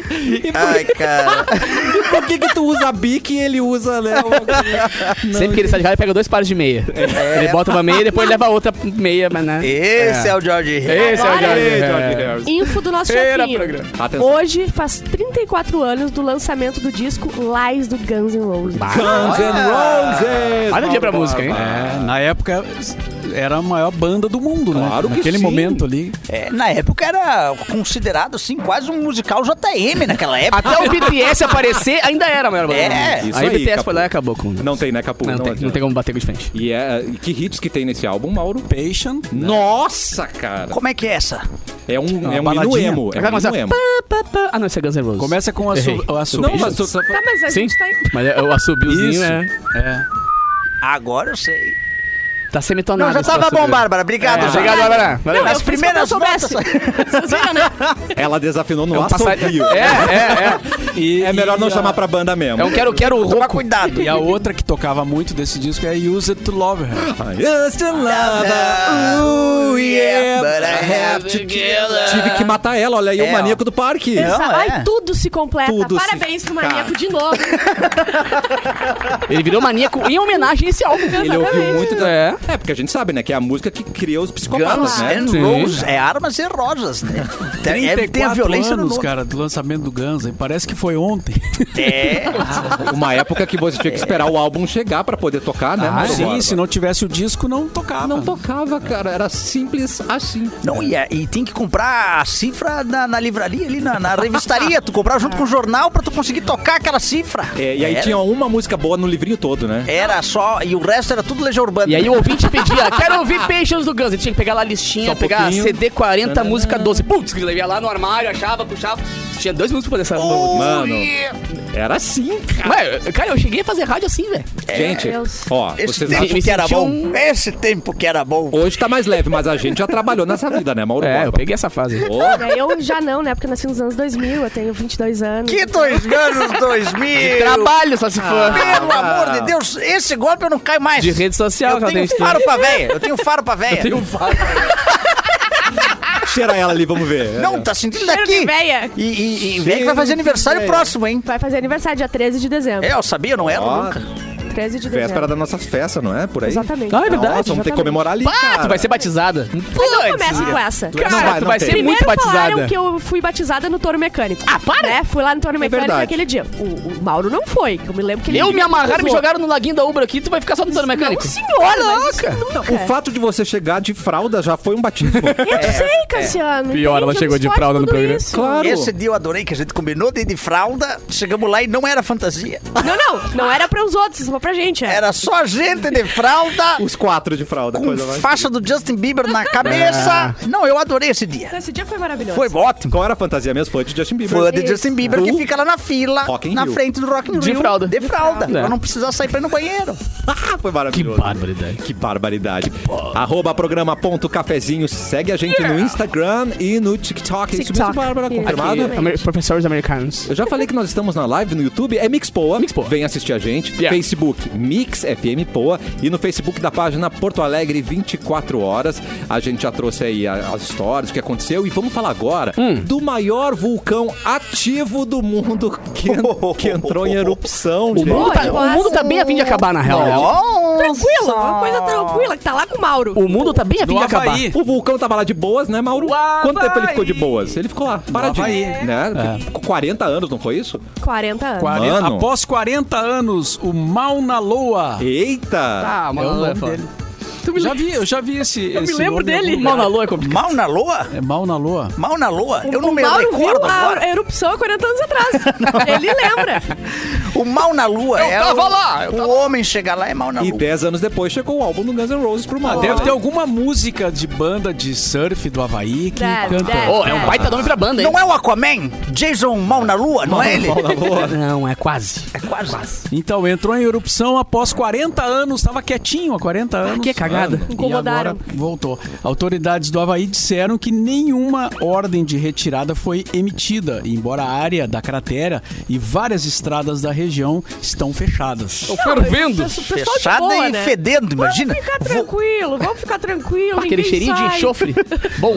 Speaker 5: entendi.
Speaker 1: Ai, cara.
Speaker 2: Por que, que tu usa a bic e ele usa, né?
Speaker 3: Sempre que ele sai de casa, ele pega dois pares de meia. Ele bota uma meia e depois leva outra meia, mas né?
Speaker 1: Esse é, o George Hill.
Speaker 3: Esse é o
Speaker 5: Agora
Speaker 3: George.
Speaker 2: Ei,
Speaker 3: Harris.
Speaker 2: George Harris.
Speaker 5: Info do nosso
Speaker 3: Era
Speaker 5: chefinho.
Speaker 3: programa.
Speaker 2: Atenção.
Speaker 5: Hoje faz 34 anos do lançamento do disco Lies do Guns N' Roses.
Speaker 2: Guns N' Roses!
Speaker 3: Olha o dia pra música, hein?
Speaker 6: É, na época era a maior banda do mundo, né?
Speaker 2: Claro que
Speaker 6: Naquele
Speaker 2: sim.
Speaker 6: momento ali.
Speaker 1: É, na época era considerado, assim, quase um musical JM naquela época.
Speaker 3: Até o BTS aparecer, ainda era a maior banda.
Speaker 1: É.
Speaker 2: Isso
Speaker 3: aí o
Speaker 2: aí,
Speaker 3: BTS
Speaker 2: Capu.
Speaker 3: foi lá e acabou com. Não,
Speaker 2: Não tem, né, Capu?
Speaker 3: tem, não
Speaker 2: adianta.
Speaker 3: tem como bater com de frente.
Speaker 2: E é, e que hits que tem nesse álbum, Mauro?
Speaker 6: Patient. né?
Speaker 2: Nossa, cara!
Speaker 1: Como é que é essa?
Speaker 2: É um,
Speaker 6: Uma
Speaker 2: é um hino
Speaker 6: baladinha.
Speaker 2: emo. É
Speaker 3: Vai
Speaker 2: um hino
Speaker 3: começar.
Speaker 2: emo.
Speaker 3: Pá, pá. Ah, não, isso é Guns N' Roses.
Speaker 6: Começa com a
Speaker 3: Errei.
Speaker 6: su- a su-
Speaker 2: Não, mas tu, tu-
Speaker 5: Tá, mas a
Speaker 3: Sim,
Speaker 5: gente tá em...
Speaker 3: mas é o assobiozinho
Speaker 6: Isso.
Speaker 3: é...
Speaker 6: É.
Speaker 1: Agora eu sei.
Speaker 3: Tá
Speaker 1: Não,
Speaker 3: semitonado.
Speaker 1: já
Speaker 3: esse
Speaker 1: tava
Speaker 3: assobio.
Speaker 1: bom, Bárbara. Obrigado,
Speaker 3: É,
Speaker 1: já.
Speaker 3: obrigado, Bárbara. Valeu.
Speaker 1: Nas
Speaker 5: eu fiz
Speaker 1: primeiras
Speaker 5: quando eu
Speaker 1: notas.
Speaker 5: soubesse. Vocês viram, né?
Speaker 2: ela desafinou no
Speaker 3: É um passarinho.
Speaker 2: assobio.
Speaker 3: É, é,
Speaker 6: E-
Speaker 2: É melhor não
Speaker 6: e a-
Speaker 2: chamar pra banda
Speaker 3: é.
Speaker 2: mesmo.
Speaker 3: É um quero-quero
Speaker 1: Tomar
Speaker 3: rouco.
Speaker 1: cuidado.
Speaker 6: E a outra que tocava muito desse disco é Use It to Love Her.
Speaker 2: I just love her, ooh, yeah, but I have to kill her. Tive que matar ela, olha aí,
Speaker 1: É,
Speaker 2: o
Speaker 1: ó.
Speaker 2: maníaco do parque.
Speaker 1: É. Não,
Speaker 5: Ai, tudo se completa.
Speaker 2: Ah, Tudo se-
Speaker 5: Parabéns pro maníaco de novo.
Speaker 3: Ele virou maníaco em homenagem a esse álbum.
Speaker 2: Ele ouviu muito. da-
Speaker 3: É.
Speaker 2: É, porque a gente sabe, né? Que é a música que cria os psicopatas,
Speaker 1: Guns
Speaker 2: né?
Speaker 1: and
Speaker 3: Sim.
Speaker 1: Roses. É armas e rosas, né? Tem, é- tem a
Speaker 6: 34
Speaker 1: violência
Speaker 6: anos,
Speaker 1: no nome.
Speaker 6: cara, do lançamento do Guns. hein? Parece que foi ontem.
Speaker 1: É.
Speaker 2: Uma época que você tinha que esperar o álbum chegar pra poder tocar, né? Mauro
Speaker 6: Ah, sim,
Speaker 2: Borba?
Speaker 6: se não tivesse o disco, não tocava.
Speaker 2: Não tocava, cara. Era simples assim.
Speaker 1: Não, e, é- e tem que comprar a cifra na, na livraria ali, na, na revistaria. Tu comprar junto com o jornal pra tu conseguir tocar aquela cifra.
Speaker 2: É, e aí
Speaker 1: era,
Speaker 2: tinha uma música boa no livrinho todo, né?
Speaker 1: Era só... E o resto era tudo legião urbana.
Speaker 3: E aí um- o ouvinte pedia, quero ouvir Peixes do Guns. Ele tinha que pegar lá a listinha,
Speaker 2: Só um
Speaker 3: pegar
Speaker 2: pouquinho.
Speaker 3: CD 40,
Speaker 2: Tananã.
Speaker 3: música 12. Putz, ele ia lá no armário, achava, puxava. Tinha dois minutos pra fazer essa...
Speaker 2: Mano, era assim, cara.
Speaker 3: Ué, cara, eu cheguei a fazer rádio assim, velho.
Speaker 2: gente,
Speaker 5: Deus.
Speaker 2: ó,
Speaker 1: É, Esse
Speaker 2: vocês
Speaker 1: tempo
Speaker 3: acham- me
Speaker 1: que era
Speaker 3: senti
Speaker 1: bom.
Speaker 3: um-
Speaker 1: Esse tempo que era bom.
Speaker 2: Hoje tá mais leve, mas a gente já trabalhou nessa vida, né, Mauro?
Speaker 3: É,
Speaker 2: Borba?
Speaker 3: eu peguei essa fase.
Speaker 2: Ô,
Speaker 5: Daí Eu já não, né? Porque eu nasci nos anos 2000, eu tenho 22 anos.
Speaker 1: Que tá dois anos 2000.
Speaker 3: Trabalho, só se for.
Speaker 1: Pelo amor de Deus, esse golpe eu não caio mais.
Speaker 3: De rede social,
Speaker 1: Eu
Speaker 3: já
Speaker 1: tenho
Speaker 3: tem
Speaker 1: faro pra véia. Eu tenho faro pra véia.
Speaker 2: cheira ela ali, vamos ver. É,
Speaker 1: Não, tá sentindo
Speaker 5: Cheiro de
Speaker 1: daqui.
Speaker 5: véia.
Speaker 1: E, e, e véia que vai fazer aniversário próximo, hein?
Speaker 5: Vai fazer aniversário dia 13 de dezembro.
Speaker 1: É, eu sabia, não era
Speaker 2: Ó,
Speaker 1: nunca.
Speaker 5: 13 de
Speaker 2: Véspera
Speaker 5: dezembro.
Speaker 2: das nossas festas, não é? Por aí.
Speaker 5: Exatamente.
Speaker 3: Não, é
Speaker 2: Nossa,
Speaker 3: verdade.
Speaker 2: vamos ter
Speaker 5: exatamente.
Speaker 2: que comemorar ali.
Speaker 3: Pá,
Speaker 2: cara.
Speaker 3: tu vai ser batizada.
Speaker 5: Mas não
Speaker 3: Puts.
Speaker 5: comece com essa.
Speaker 2: Não
Speaker 3: Cara,
Speaker 2: vai,
Speaker 3: tu
Speaker 2: não
Speaker 3: vai
Speaker 2: tem.
Speaker 3: ser muito batizada.
Speaker 5: falaram que eu fui batizada no touro mecânico.
Speaker 3: Ah, para!
Speaker 5: Né? Fui lá no touro mecânico
Speaker 2: verdade.
Speaker 5: naquele dia. O, o Mauro não foi, que eu me lembro que ele...
Speaker 3: Eu me amarraram e me
Speaker 5: usou.
Speaker 3: jogaram Tá no laguinho da Ubra aqui, tu vai ficar só no dono mecânico.
Speaker 5: Não, senhora, mas isso
Speaker 3: Caraca.
Speaker 5: nunca.
Speaker 2: O
Speaker 1: É.
Speaker 2: fato de você chegar de fralda já foi um batismo.
Speaker 5: Eu sei, Cassiano.
Speaker 3: é- Pior, ela
Speaker 5: entende?
Speaker 3: chegou
Speaker 5: Não
Speaker 3: de
Speaker 5: pode
Speaker 3: fralda no
Speaker 5: tudo
Speaker 3: programa.
Speaker 5: isso.
Speaker 2: Claro.
Speaker 1: Esse dia eu adorei que a gente combinou de ir de fralda, chegamos lá e não era fantasia.
Speaker 5: Não, não. Não era pra os outros, só pra gente. é.
Speaker 1: Era só a gente de fralda,
Speaker 2: Os quatro de fralda.
Speaker 1: com
Speaker 2: Coisa mais...
Speaker 1: faixa do Justin Bieber na cabeça. Não, eu adorei esse dia.
Speaker 5: Então, Esse dia foi maravilhoso.
Speaker 1: Foi ótimo.
Speaker 2: Qual era a fantasia mesmo? Foi de Justin Bieber.
Speaker 1: Foi a de Justin Bieber que
Speaker 2: Do-
Speaker 1: fica lá na fila,
Speaker 2: Rock in
Speaker 1: na
Speaker 2: Rio.
Speaker 1: frente do Rock in
Speaker 3: De
Speaker 1: Rio.
Speaker 3: fralda.
Speaker 1: De fralda.
Speaker 3: fralda.
Speaker 1: Pra não precisar sair pra ir no banheiro.
Speaker 2: Ah, foi maravilhoso. Que barbaridade. Que barbaridade. Arroba programa.cafezinho. Segue a gente no Instagram e no TikTok. É Isso mesmo,
Speaker 5: TikTok.
Speaker 2: Bárbara,
Speaker 5: Aqui.
Speaker 2: confirmado?
Speaker 5: Aqui.
Speaker 3: Amer- Professores americanos.
Speaker 2: Eu já falei que nós estamos na live no YouTube, é Mixpoa.
Speaker 3: Mixpoa.
Speaker 2: Vem assistir a gente.
Speaker 3: Yeah.
Speaker 2: Facebook, Facebook Mix FM Poa e no Facebook da página Porto Alegre 24 Horas. A gente já trouxe aí a- as histórias, o que aconteceu e vamos falar agora do maior vulcão ativo do mundo que, en- que entrou em erupção.
Speaker 3: O mundo,
Speaker 5: Olha,
Speaker 3: tá,
Speaker 5: eu
Speaker 3: o mundo tá
Speaker 5: acho-
Speaker 3: bem a fim de acabar, na real. né?
Speaker 5: Tranquilo, uma coisa tranquila que tá lá com o Mauro.
Speaker 3: O mundo tá bem a fim
Speaker 6: Do
Speaker 3: de acabar.
Speaker 6: Havaí.
Speaker 2: O vulcão tava lá de boas, né, Mauro?
Speaker 6: Uau,
Speaker 2: Quanto tempo ele ficou de
Speaker 6: vai.
Speaker 2: boas? Ele ficou lá, paradinho.
Speaker 6: vai.
Speaker 2: Né? 40 anos, não foi isso?
Speaker 5: 40 anos.
Speaker 6: 40
Speaker 2: Mano.
Speaker 6: após 40 anos, o Mauna Loa.
Speaker 2: Eita!
Speaker 3: Ah,
Speaker 6: É o
Speaker 3: Mauna Lua é
Speaker 6: nome
Speaker 3: foda.
Speaker 6: dele. Já vi, eu já vi esse. Eu
Speaker 5: me lembro dele.
Speaker 3: Mauna Lua é complicado.
Speaker 1: Mal na loa?
Speaker 6: É Mauna Loa?
Speaker 1: Mal na loa? Eu não
Speaker 5: o
Speaker 1: me
Speaker 5: Mauro viu
Speaker 1: recordo agora.
Speaker 5: a erupção há 40 anos atrás. Ele lembra.
Speaker 1: O mal na lua é.
Speaker 3: tava
Speaker 1: o-
Speaker 3: lá, eu
Speaker 1: o homem chegar lá é mal na
Speaker 2: E
Speaker 1: lua.
Speaker 2: 10 anos depois chegou o álbum do Guns N' Roses pro
Speaker 6: Ah,
Speaker 2: Mauro.
Speaker 5: né?
Speaker 6: deve ter alguma música de banda de surf do Havaí que
Speaker 5: Deve,
Speaker 6: canta.
Speaker 5: deve.
Speaker 3: Ô, é um baita nome pra banda, hein?
Speaker 1: Não é o Aquaman? Jason Mal na lua? Não é ele?
Speaker 3: Não, é quase.
Speaker 1: É quase.
Speaker 6: Então, entrou em erupção após 40 anos, estava quietinho há 40 anos. É.
Speaker 3: que cagada.
Speaker 6: E
Speaker 5: Ah, Incomodaram.
Speaker 6: agora voltou. Autoridades do Havaí disseram que nenhuma ordem de retirada foi emitida, embora a área da cratera e várias estradas da região estão fechadas.
Speaker 3: fervendo.
Speaker 5: Pessoal de
Speaker 1: Fechada
Speaker 5: boa,
Speaker 1: e
Speaker 5: né?
Speaker 1: fedendo, imagina.
Speaker 5: Vamos ficar
Speaker 1: Vo-
Speaker 5: tranquilo, vamos ficar tranquilo.
Speaker 3: Aquele
Speaker 5: ninguém
Speaker 3: cheirinho de
Speaker 5: sai.
Speaker 3: enxofre. Bom,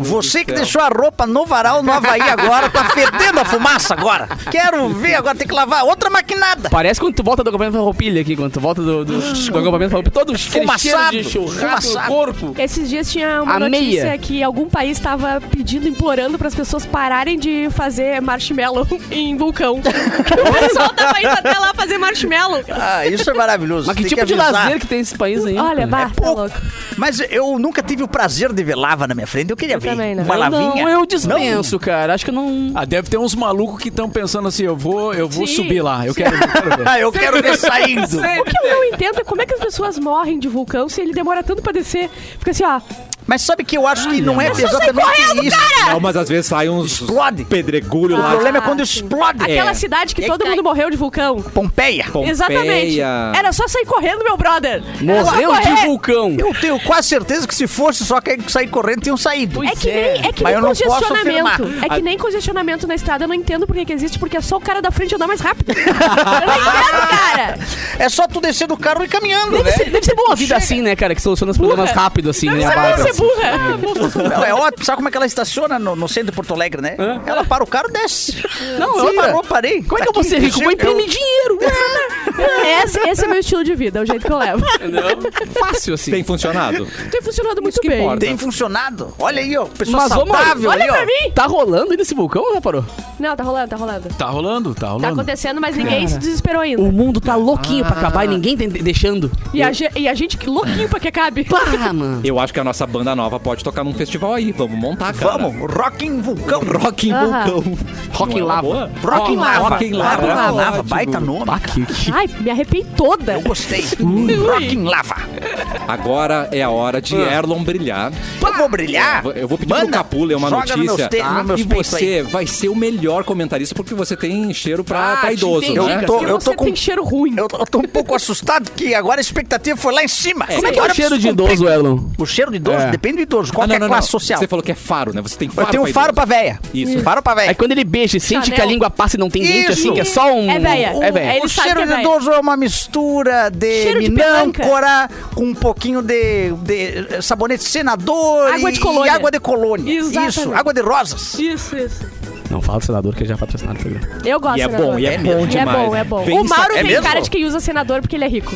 Speaker 1: Você que deixou a roupa no varal no Havaí agora, tá fedendo a fumaça agora. Quero ver, agora tem que lavar outra maquinada.
Speaker 3: parece quando tu volta do acampamento roupilha aqui, quando tu volta do, do, do acampamento roupilha, todo aquele cheiro
Speaker 1: Fumaçado,
Speaker 3: de churrasco no
Speaker 1: fumaçado.
Speaker 3: corpo.
Speaker 5: Esses dias tinha uma
Speaker 3: A
Speaker 5: notícia
Speaker 3: meia.
Speaker 5: que algum país estava pedindo, implorando para as pessoas pararem de fazer marshmallow em vulcão. o pessoal tava indo até lá fazer marshmallow.
Speaker 1: Ah, isso é maravilhoso.
Speaker 3: Mas que
Speaker 1: tem
Speaker 3: tipo de
Speaker 1: avisar.
Speaker 3: lazer que tem nesse país aí?
Speaker 5: Olha, bah, tá
Speaker 1: É pouco.
Speaker 5: louco.
Speaker 1: Mas eu nunca tive o prazer de ver lava na minha frente. Eu queria ver
Speaker 5: também não.
Speaker 1: uma
Speaker 5: Eu
Speaker 1: lavinha.
Speaker 3: Não, eu dispenso, cara. Acho que eu não.
Speaker 6: Ah, deve ter uns malucos que estão pensando assim, eu vou, eu vou
Speaker 5: Sim.
Speaker 6: subir lá, eu quero, eu quero ver.
Speaker 1: Ah, eu quero ver saindo.
Speaker 5: O que eu não entendo é como é que as pessoas morrem de vulcão se ele demora tanto pra descer. Fica assim, ó.
Speaker 1: Mas sabe que eu acho que não é exatamente isso.
Speaker 2: Não, mas às vezes sai uns
Speaker 1: Explode.
Speaker 2: pedregulho
Speaker 1: O
Speaker 2: lá.
Speaker 1: problema é
Speaker 5: Ah,
Speaker 1: quando
Speaker 5: sim.
Speaker 1: explode.
Speaker 5: Aquela
Speaker 1: É.
Speaker 5: cidade que
Speaker 1: E aí
Speaker 5: todo
Speaker 1: cai.
Speaker 5: mundo morreu de vulcão.
Speaker 1: Pompeia.
Speaker 2: Pompeia.
Speaker 5: Exatamente. Era só sair correndo, meu brother. Era só
Speaker 3: Morreu
Speaker 5: correr.
Speaker 3: de vulcão.
Speaker 1: Eu tenho quase certeza que se fosse só quem sair correndo, tinham saído.
Speaker 5: É que,
Speaker 3: é.
Speaker 5: nem, é que
Speaker 1: Mas
Speaker 5: nem
Speaker 1: eu não posso
Speaker 5: congestionamento.
Speaker 1: afirmar.
Speaker 5: É que nem congestionamento na estrada. Eu não entendo por que que existe, porque é só o cara da frente andar mais rápido. eu não entendo, cara.
Speaker 1: É só tu descer do carro e ir caminhando, né?
Speaker 5: é?
Speaker 3: Deve ser, deve ser boa a vida assim, né, cara? Que soluciona os problemas rápido, assim, né?
Speaker 5: Não
Speaker 3: a barra,
Speaker 5: sabe ser
Speaker 3: assim.
Speaker 5: burra.
Speaker 1: Não, é ótimo. Sabe como é que ela estaciona no, no centro de Porto Alegre, né? Ela para o carro e desce.
Speaker 3: Não,
Speaker 1: Ela
Speaker 3: eu
Speaker 1: parou, parei.
Speaker 3: Como é que eu vou ser rico? Vou imprimir dinheiro.
Speaker 5: esse, esse é meu estilo de vida, é o jeito que eu levo.
Speaker 3: Fácil, assim.
Speaker 2: Tem funcionado?
Speaker 5: Tem funcionado muito bem.
Speaker 3: importa.
Speaker 1: Tem funcionado. Olha aí, ó. Pessoa
Speaker 3: Mas vamos
Speaker 1: saudável
Speaker 5: Olha
Speaker 1: ali, ó.
Speaker 5: pra mim.
Speaker 3: Tá rolando ainda esse vulcão ou já parou?
Speaker 5: Não, tá rolando, tá rolando.
Speaker 6: Tá rolando, tá
Speaker 5: Tá
Speaker 6: rolando.
Speaker 5: acontecendo, mas ninguém se desesperou ainda.
Speaker 3: O mundo tá louquinho pra acabar e ninguém tem deixando.
Speaker 5: E a, ge- e a gente que louquinho pra que acabe.
Speaker 3: Pá, mano.
Speaker 2: Eu acho que a nossa banda nova pode tocar num festival aí. Vamos montar, cara.
Speaker 1: Vamos, Rock em Vulcão.
Speaker 2: Rock em
Speaker 5: Aham.
Speaker 2: vulcão.
Speaker 3: Rock
Speaker 2: Não
Speaker 3: em
Speaker 2: é uma
Speaker 3: lava.
Speaker 2: boa?
Speaker 1: Rock em Lava.
Speaker 2: Rock em Lava.
Speaker 1: Rock em Lava.
Speaker 2: Ótimo.
Speaker 1: Baita nome.
Speaker 3: Ah, que, que-
Speaker 5: Ai, me arrepiei toda.
Speaker 1: Eu gostei. Rock em Lava.
Speaker 2: Agora é a hora de Erlon brilhar.
Speaker 1: Eu vou brilhar.
Speaker 2: Eu vou pedir pro
Speaker 1: Ah. Manda.
Speaker 2: Capu ler uma notícia.
Speaker 1: Joga nos meus te-
Speaker 2: tá?
Speaker 1: nos meus
Speaker 2: e
Speaker 1: peitos
Speaker 2: você vai ser o melhor comentarista porque você tem cheiro pra,
Speaker 3: Ah,
Speaker 2: pra
Speaker 3: te
Speaker 2: idoso,
Speaker 3: entendi,
Speaker 2: né?
Speaker 3: cara.
Speaker 1: tô-
Speaker 5: E
Speaker 1: eu tô
Speaker 5: você
Speaker 1: com-
Speaker 5: tem cheiro ruim.
Speaker 1: Eu tô, eu tô um pouco assustado que agora a expectativa foi lá em cima.
Speaker 3: Como é que é
Speaker 1: Agora
Speaker 3: o cheiro de
Speaker 1: preciso
Speaker 3: idoso,
Speaker 1: cumprir.
Speaker 3: Elon?
Speaker 1: O cheiro de idoso?
Speaker 3: É.
Speaker 1: Depende do idoso.
Speaker 2: Ah,
Speaker 1: Qual que é a classe social?
Speaker 2: Você falou que é faro, né? Você tem faro
Speaker 1: eu tenho um faro pra
Speaker 2: idoso.
Speaker 1: véia.
Speaker 2: Isso. É
Speaker 1: Faro pra véia.
Speaker 3: Aí É quando ele beija e sente
Speaker 5: Chanel.
Speaker 3: que a língua passa e não tem dente,
Speaker 1: É. Isso.
Speaker 3: assim, que é só um...
Speaker 5: É véia.
Speaker 3: É véia.
Speaker 5: É ele
Speaker 1: o
Speaker 5: sabe
Speaker 1: cheiro
Speaker 5: que é
Speaker 1: de
Speaker 5: velho.
Speaker 1: idoso é uma mistura de
Speaker 5: Cheiro de
Speaker 1: minâncora com um pouquinho de, de eh, sabonete senador
Speaker 5: Água de
Speaker 1: e,
Speaker 5: colônia.
Speaker 1: e água de colônia.
Speaker 5: Exatamente.
Speaker 1: Isso, água de rosas.
Speaker 5: Isso, isso.
Speaker 3: Não fala do senador, que ele já patrocinou o programa.
Speaker 5: Eu gosto
Speaker 2: E é
Speaker 5: né,
Speaker 2: bom,
Speaker 5: Mauro?
Speaker 2: e é bom
Speaker 5: E é
Speaker 2: demais.
Speaker 5: bom, é bom.
Speaker 2: Vem
Speaker 5: o Mauro
Speaker 1: sa- é
Speaker 5: tem
Speaker 1: mesmo?
Speaker 5: cara de quem usa senador porque ele é rico.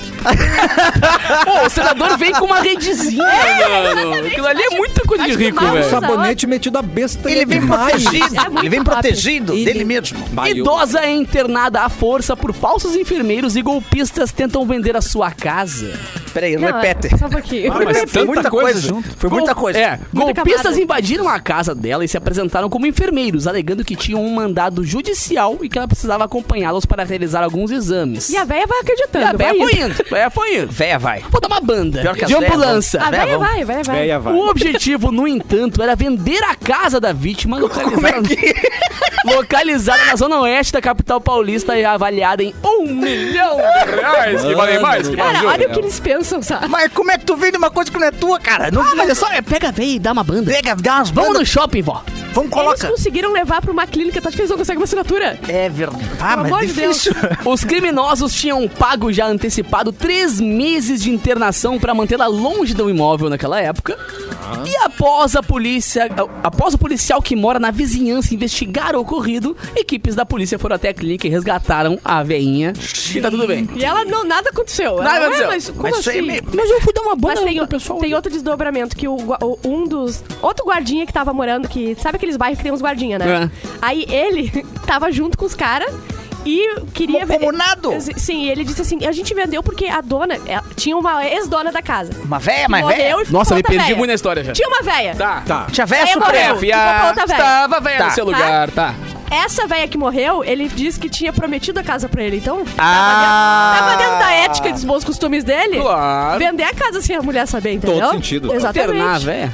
Speaker 3: Pô, o senador vem com uma redezinha, mano. Aquilo ali é muita coisa de
Speaker 5: Acho que
Speaker 3: rico,
Speaker 5: mal
Speaker 2: Um
Speaker 3: velho.
Speaker 5: usa-
Speaker 2: sabonete metido a besta.
Speaker 1: Ele
Speaker 2: é
Speaker 1: vem
Speaker 2: demais.
Speaker 1: protegido.
Speaker 5: É muito
Speaker 1: ele vem
Speaker 5: top.
Speaker 1: protegido dele mesmo.
Speaker 2: Vai, eu-
Speaker 3: Idosa é internada à força por falsos enfermeiros e golpistas tentam vender a sua casa.
Speaker 1: Peraí,
Speaker 5: Não,
Speaker 1: repete.
Speaker 5: é- Só um pouquinho.
Speaker 3: Ah,
Speaker 6: mas
Speaker 1: Foi
Speaker 6: tanta coisa junto.
Speaker 1: Foi muita
Speaker 3: Gol-
Speaker 1: coisa.
Speaker 3: É, golpistas
Speaker 5: camada.
Speaker 3: invadiram a casa dela e se apresentaram como enfermeiros, alegando que tinham um mandado judicial e que ela precisava acompanhá-los para realizar alguns exames.
Speaker 5: E a véia vai acreditando.
Speaker 3: E a véia
Speaker 5: vai
Speaker 3: foi
Speaker 5: indo.
Speaker 3: indo. A véia foi indo.
Speaker 1: Véia vai.
Speaker 3: Vou dar uma banda
Speaker 1: Pior que as
Speaker 3: de
Speaker 1: velhas,
Speaker 3: ambulância.
Speaker 5: A
Speaker 1: Vai,
Speaker 5: véia
Speaker 1: vamos.
Speaker 5: vai, vai, vai.
Speaker 2: Véia vai.
Speaker 3: é
Speaker 1: é
Speaker 3: O objetivo, no entanto, era vender a casa da vítima. localizada- localizada na zona oeste da capital paulista e avaliada em um milhão de
Speaker 1: É
Speaker 4: Reais, que valem mais, que
Speaker 2: Mano do
Speaker 5: Cara,
Speaker 2: Júlio,
Speaker 5: olha o
Speaker 2: né?
Speaker 5: que eles pensam, sabe?
Speaker 1: Mas como é que tu vende uma coisa que não é tua, cara? Não, mas é só.
Speaker 3: é, pega, vem e dá uma banda.
Speaker 1: Pega, dá umas
Speaker 3: Vamos
Speaker 1: bandas.
Speaker 3: no shopping, vó.
Speaker 1: Vamos,
Speaker 5: Eles
Speaker 1: coloca.
Speaker 5: conseguiram levar pra uma clínica, tá? Acho que eles não conseguem uma assinatura.
Speaker 1: É verdade. Ah,
Speaker 5: Pelo
Speaker 1: mas
Speaker 5: amor
Speaker 1: é
Speaker 5: de Deus.
Speaker 1: difícil.
Speaker 3: Os criminosos tinham pago já antecipado três meses de internação para mantê-la longe do imóvel naquela época. E após a polícia, após o policial que mora na vizinhança investigar o ocorrido, equipes da polícia foram até a clínica e resgataram a veinha. E tá tudo bem.
Speaker 5: E ela não, nada aconteceu. Ela,
Speaker 3: Nada
Speaker 5: "Ué,
Speaker 3: aconteceu."
Speaker 5: Mas como
Speaker 1: Mas isso aí
Speaker 5: assim?
Speaker 1: é meio-
Speaker 3: Mas eu fui dar uma
Speaker 5: Mas
Speaker 3: banda
Speaker 5: tem,
Speaker 3: pro
Speaker 5: o-
Speaker 3: pessoal.
Speaker 5: tem outro desdobramento, que o, gua- o- um dos... Outro guardinha que tava morando, que sabe aqueles bairros que tem uns guardinha,
Speaker 3: É.
Speaker 5: né? Aí ele tava junto com os caras e queria...
Speaker 1: Como- comunado?
Speaker 5: Sim, e ele disse assim, a gente vendeu porque a dona... ela- tinha uma ex-dona da casa.
Speaker 1: Uma véia, mas
Speaker 5: morreu
Speaker 1: véia.
Speaker 5: e ficou
Speaker 4: Nossa, me
Speaker 5: outra
Speaker 4: perdi
Speaker 5: véia.
Speaker 4: muito na história já.
Speaker 5: Tinha uma véia.
Speaker 4: Tá. Tá.
Speaker 1: Tinha véia
Speaker 5: Aí agora
Speaker 1: suprema.
Speaker 5: eu- Ficou pra outra véia.
Speaker 4: Estava velha no seu
Speaker 5: Tá.
Speaker 4: lugar, tá.
Speaker 5: Essa véia que morreu, ele disse que tinha prometido a casa pra ele, então...
Speaker 1: Ah.
Speaker 5: Tava dentro, tava dentro da ética e dos bons costumes dele.
Speaker 4: Claro.
Speaker 5: Vender a casa sem a mulher saber, entendeu?
Speaker 2: Todo sentido.
Speaker 3: Internar,
Speaker 5: Exatamente.
Speaker 3: velho.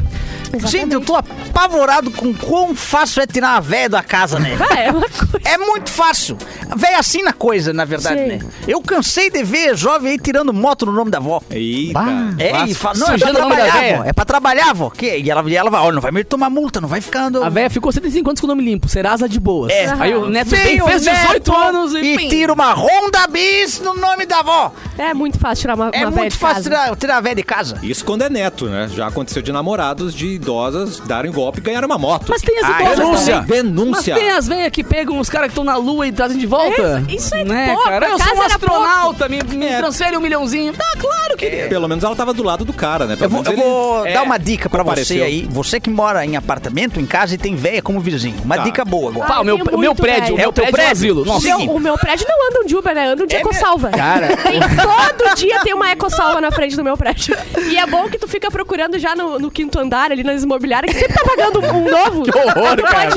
Speaker 1: Gente, eu tô apavorado com quão fácil é tirar a véia da casa, né?
Speaker 5: Ah, é uma coisa.
Speaker 1: É muito fácil. Véia assim na coisa, na verdade,
Speaker 5: Sim.
Speaker 1: né? Eu cansei de ver jovem aí tirando moto no nome da avó.
Speaker 2: Eita.
Speaker 1: É, e fala, não, é pra
Speaker 3: Sujando o nome da
Speaker 1: trabalhar,
Speaker 3: véia.
Speaker 1: vó. É pra trabalhar, vó. Que, e, ela, e ela vai, ó, não vai me tomar multa, não vai ficando.
Speaker 3: A véia ficou 105 anos com o nome limpo, Serasa de boas.
Speaker 1: É.
Speaker 3: Aí o neto
Speaker 1: Vem
Speaker 3: bem,
Speaker 1: o
Speaker 3: fez 18
Speaker 1: neto
Speaker 3: anos e,
Speaker 1: E
Speaker 3: pim.
Speaker 1: tira uma Honda Bis no nome da avó.
Speaker 5: É muito fácil tirar uma,
Speaker 1: É
Speaker 5: uma véia
Speaker 1: muito
Speaker 5: de
Speaker 1: fácil
Speaker 5: casa.
Speaker 1: tirar, tirar a véia de casa.
Speaker 2: Isso quando é neto, né? Já aconteceu de namorados de idosas darem golpe e ganharem uma moto.
Speaker 3: Mas tem as
Speaker 1: Ah,
Speaker 3: idosas
Speaker 1: denúncia.
Speaker 3: também. Mas
Speaker 2: Denúncia.
Speaker 3: tem as veias que pegam os caras que estão na lua e trazem de volta.
Speaker 5: É, isso é
Speaker 3: né,
Speaker 5: pouco,
Speaker 3: cara? Eu sou
Speaker 5: casa
Speaker 3: um
Speaker 5: era
Speaker 3: astronauta, me, me transfere um milhãozinho. Ah, claro, querido.
Speaker 2: Pelo menos ela tava do lado do cara, né? Pelo
Speaker 1: Eu vou,
Speaker 2: menos
Speaker 1: eu
Speaker 2: ele,
Speaker 1: vou
Speaker 2: é,
Speaker 1: dar uma dica pra você
Speaker 2: compareceu.
Speaker 1: aí. Você que mora em apartamento, em casa e tem véia como vizinho. Uma
Speaker 2: Tá.
Speaker 1: dica boa agora.
Speaker 3: Pá, o meu,
Speaker 5: tem muito,
Speaker 3: o meu prédio,
Speaker 5: velho.
Speaker 3: o meu
Speaker 1: É o teu
Speaker 3: prédio, é um
Speaker 1: prédio?
Speaker 3: asilo. Nossa,
Speaker 5: Meu-
Speaker 1: Sim.
Speaker 5: o meu prédio não anda um de Uber, né? Anda um
Speaker 1: É
Speaker 5: de ecosalva.
Speaker 1: Cara,
Speaker 5: Tem todo dia tem uma ecosalva na frente do meu prédio. E é bom que tu fica procurando já no, no quinto andar, ali nas imobiliárias, que sempre tá pagando um, um novo.
Speaker 4: Que horror, cara.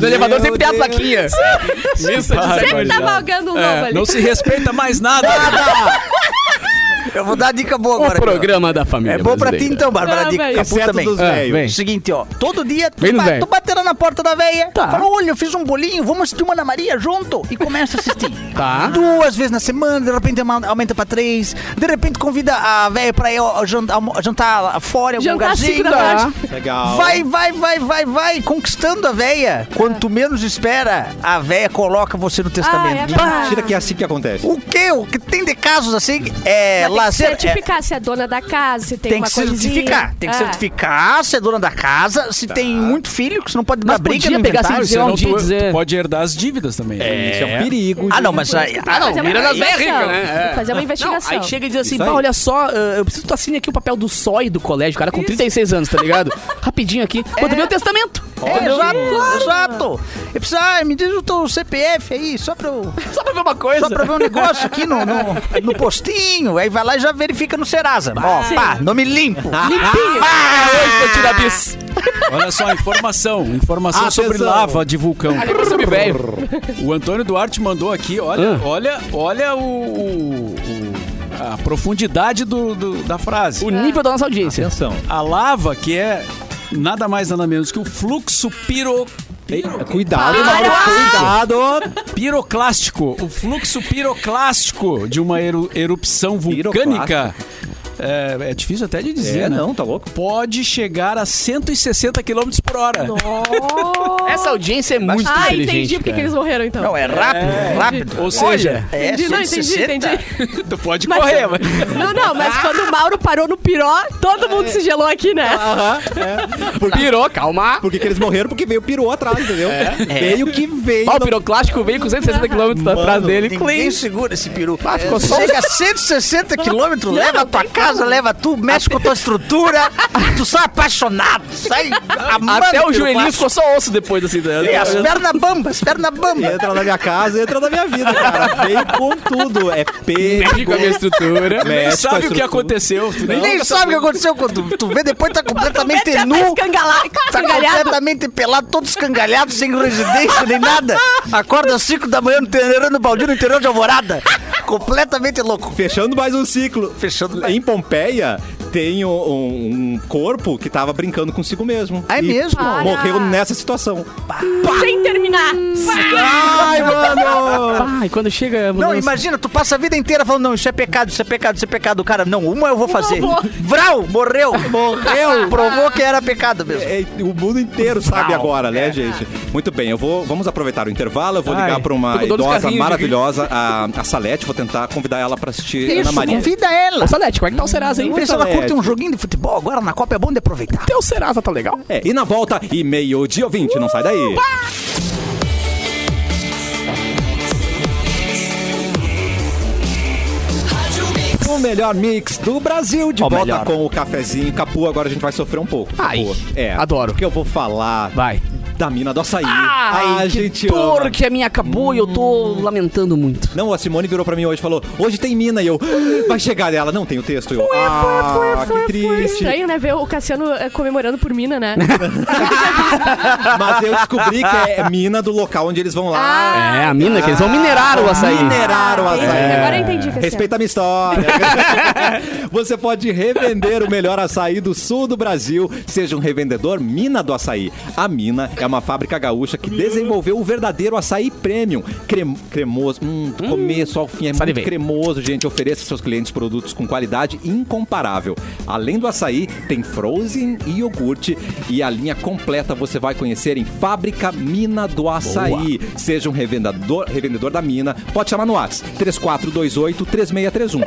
Speaker 4: No elevador sempre tem a
Speaker 2: Deus.
Speaker 4: plaquinha.
Speaker 3: é
Speaker 4: Missa de
Speaker 5: Sempre tá pagando um
Speaker 1: É.
Speaker 5: novo ali.
Speaker 6: Não se respeita mais nada.
Speaker 1: eu vou dar a dica boa agora.
Speaker 4: O
Speaker 1: aqui, ó.
Speaker 4: programa da família.
Speaker 1: É bom pra ti então, Bárbara.
Speaker 5: Ah,
Speaker 1: dica
Speaker 5: velho.
Speaker 1: Capu
Speaker 2: Exceto
Speaker 1: também.
Speaker 2: dos
Speaker 4: É,
Speaker 2: velhos.
Speaker 4: vem.
Speaker 1: Seguinte, ó. Todo dia tu,
Speaker 4: Vem Tá. no
Speaker 1: ba-
Speaker 4: velho.
Speaker 1: tu batendo na porta da véia. Fala, olha, eu fiz um bolinho, vamos assistir uma na Maria junto. E começa a assistir.
Speaker 4: Tá.
Speaker 1: Duas vezes na semana, de repente ama- aumenta pra três. De repente convida a véia pra ir ó, jant- almo- jantar lá fora em algum
Speaker 5: Jantar tá. às cinco
Speaker 1: lugarzinho.
Speaker 5: da tarde.
Speaker 2: Legal.
Speaker 1: Vai, vai, vai, vai, vai, conquistando a véia. Quanto menos espera, a véia coloca você no
Speaker 5: é
Speaker 1: testamento.
Speaker 5: verdade.
Speaker 2: Tira que é assim que acontece.
Speaker 1: o que? O que tem de casos assim é
Speaker 5: Mas
Speaker 1: lazer.
Speaker 5: tem que
Speaker 1: é-
Speaker 5: certificar se é dona da casa, se tem,
Speaker 1: tem
Speaker 5: uma
Speaker 1: que certificar. Tem que
Speaker 5: É.
Speaker 1: certificar se é dona da casa, se tem muito filho, que você não pode dar
Speaker 3: Mas
Speaker 1: briga
Speaker 3: podia
Speaker 1: no
Speaker 3: pegar
Speaker 1: inventário.
Speaker 3: sem dizer
Speaker 6: Senão
Speaker 3: um dia
Speaker 6: tu-
Speaker 3: dizer-
Speaker 6: tu pode herdar as dívidas também. né?
Speaker 2: Isso é um perigo.
Speaker 1: Ah, não, mas aí. Ah, não.
Speaker 5: Fazer uma
Speaker 4: mira nas velhas
Speaker 5: investigação.
Speaker 4: ricas, né? É.
Speaker 5: Tem que Fazer uma
Speaker 3: Não,
Speaker 5: investigação.
Speaker 3: aí chega e diz assim,
Speaker 2: Isso aí.
Speaker 3: pá, olha só, ah, eu preciso que tu assine aqui o papel do SOI do colégio, cara, com 36 anos, tá ligado? Rapidinho aqui. Quanto meu testamento.
Speaker 1: É, exato, exato. Eu preciso, ah, me diz o teu CPF aí, só pra, eu,
Speaker 3: Só pra ver uma coisa.
Speaker 1: só pra ver um negócio aqui no, no, no postinho. Aí vai lá e já verifica no Serasa. Ó, pá, nome limpo.
Speaker 4: Ah, hoje vou tirar bis.
Speaker 6: Olha só, informação. Informação
Speaker 2: Atenção.
Speaker 6: sobre lava de vulcão.
Speaker 4: Eu sou velho.
Speaker 6: O Antônio Duarte mandou aqui, olha,
Speaker 2: Ah.
Speaker 6: olha, olha o, o- o- a profundidade do- do- da frase.
Speaker 3: O nível da nossa audiência.
Speaker 2: Atenção.
Speaker 6: A lava, que é nada mais nada menos que o fluxo piro, piro-
Speaker 2: Cuidado, Mauro. Cuidado.
Speaker 6: piroclástico. O fluxo piroclástico de uma eru- erupção vulcânica. É, é difícil até de dizer,
Speaker 2: É,
Speaker 6: né?
Speaker 2: não, tá louco.
Speaker 6: Pode chegar a 160 km por hora.
Speaker 3: Essa audiência é muito
Speaker 5: Ah,
Speaker 3: inteligente,
Speaker 5: entendi porque
Speaker 3: cara.
Speaker 5: que eles morreram, então.
Speaker 1: Não, é rápido, rápido.
Speaker 6: Ou seja,
Speaker 1: É,
Speaker 5: entendi, não, entendi,
Speaker 1: 160.
Speaker 5: entendi.
Speaker 6: tu pode
Speaker 5: Mas- é
Speaker 6: correr, mas...
Speaker 5: Não, não, mas quando o Mauro parou no piró, todo
Speaker 1: É.
Speaker 5: mundo se gelou aqui, né?
Speaker 1: Ah,
Speaker 5: tá.
Speaker 3: Pirou, calma.
Speaker 2: Porque que eles morreram? Porque veio pirou atrás, entendeu?
Speaker 1: É.
Speaker 2: Veio que veio.
Speaker 3: Ó, o piroclástico veio com 160 km atrás dele.
Speaker 1: Ninguém segura esse peru. É, Chega a 160 quilômetros, leva a tua casa, leva tu, mexe com tua estrutura. tu sai apaixonado, sai amando
Speaker 3: Até o
Speaker 1: pelo
Speaker 3: joelhinho
Speaker 1: plástico.
Speaker 3: ficou só osso depois assim. né?
Speaker 1: É, as pernas bambas, as pernas bambas.
Speaker 2: Entra na minha casa, entra na minha vida, cara. Veio com tudo. É perigo.
Speaker 3: Mexe com a minha estrutura.
Speaker 6: Nem
Speaker 2: Mexe com a
Speaker 6: sabe o que
Speaker 2: estrutura.
Speaker 6: aconteceu. tu nem-
Speaker 1: Nem sabe o que aconteceu quando tu vê, depois tá completamente
Speaker 5: Já tá
Speaker 1: nu.
Speaker 5: escangalado,
Speaker 1: Tá
Speaker 5: escangalhado.
Speaker 1: completamente pelado, todo escangalhado, sem residência nem nada. Acorda às 5 da manhã no terreiro no baldinho no interior de Alvorada. Completamente louco.
Speaker 2: Fechando mais um ciclo.
Speaker 1: Fechando mais-
Speaker 2: Em Pompeia, tem um, um- um corpo que tava brincando consigo mesmo.
Speaker 1: Ah, é
Speaker 2: E
Speaker 1: mesmo?
Speaker 2: Morreu nessa situação.
Speaker 5: Sem terminar.
Speaker 1: Ai, mano!
Speaker 3: Ah, e quando chega. a
Speaker 1: Não,
Speaker 3: mudança-
Speaker 1: imagina, tu passa a vida inteira falando, não, isso é pecado, isso é pecado, isso é pecado. Cara, não, uma eu vou fazer.
Speaker 5: vou.
Speaker 1: Vral, morreu, morreu. Provou que era pecado mesmo.
Speaker 2: É, o mundo inteiro sabe agora, né, gente? Muito bem, eu vou. Vamos aproveitar o intervalo. Eu vou ligar
Speaker 6: Ai,
Speaker 2: para
Speaker 4: tô
Speaker 2: uma
Speaker 4: com dor nos
Speaker 2: idosa
Speaker 4: carrinhos
Speaker 2: maravilhosa, a, a Salete. Vou tentar convidar ela para assistir Ana Maria.
Speaker 1: convida ela.
Speaker 4: Ô, Salete, como é que tá o Serasa, hein?
Speaker 1: Vê se ela
Speaker 2: Salete.
Speaker 1: curte um joguinho de futebol agora na Copa, é bom de aproveitar.
Speaker 4: Teu Serasa tá legal?
Speaker 2: É, e na volta, e meio dia ouvinte, não sai daí. O melhor mix do Brasil, de
Speaker 1: Ó,
Speaker 2: volta
Speaker 1: melhor.
Speaker 2: com o cafezinho. Capu, agora a gente vai sofrer um pouco.
Speaker 4: Ai,
Speaker 2: Capu. é,
Speaker 4: adoro.
Speaker 2: Porque eu vou falar
Speaker 4: Vai.
Speaker 2: da mina do açaí.
Speaker 3: Ai,
Speaker 2: a
Speaker 3: que
Speaker 2: gente
Speaker 3: dor
Speaker 2: ama.
Speaker 3: que é. a minha acabou e eu tô lamentando muito.
Speaker 2: Não, a Simone virou pra mim hoje e falou: Hoje tem mina. E eu, "Ah, vai chegar dela. Não tem o texto. Eu, ah, que
Speaker 5: Foi
Speaker 2: triste.
Speaker 5: estranho, né? Ver o Cassiano eh, comemorando por mina, né?
Speaker 2: Mas eu descobri que é mina do local onde eles vão
Speaker 5: Ah,
Speaker 2: lá.
Speaker 3: É, a mina, que eles vão minerar o açaí.
Speaker 2: Ah, Mineraram o açaí.
Speaker 5: Entendi, Agora eu entendi, Cassiano.
Speaker 2: Respeita a minha história. Você pode revender o melhor açaí do sul do Brasil. Seja um revendedor Mina do Açaí. A Mina é uma fábrica gaúcha que desenvolveu o verdadeiro açaí premium. Crem- cremoso. Hum, do começo ao fim é muito
Speaker 4: salivei.
Speaker 2: cremoso, gente. Ofereça aos seus clientes produtos com qualidade incomparável. Além do açaí, tem frozen e iogurte. E a linha completa você vai conhecer em Fábrica Mina do Açaí. Seja um revendedor, revendedor da mina. Pode chamar no WhatsApp. 3428-3631.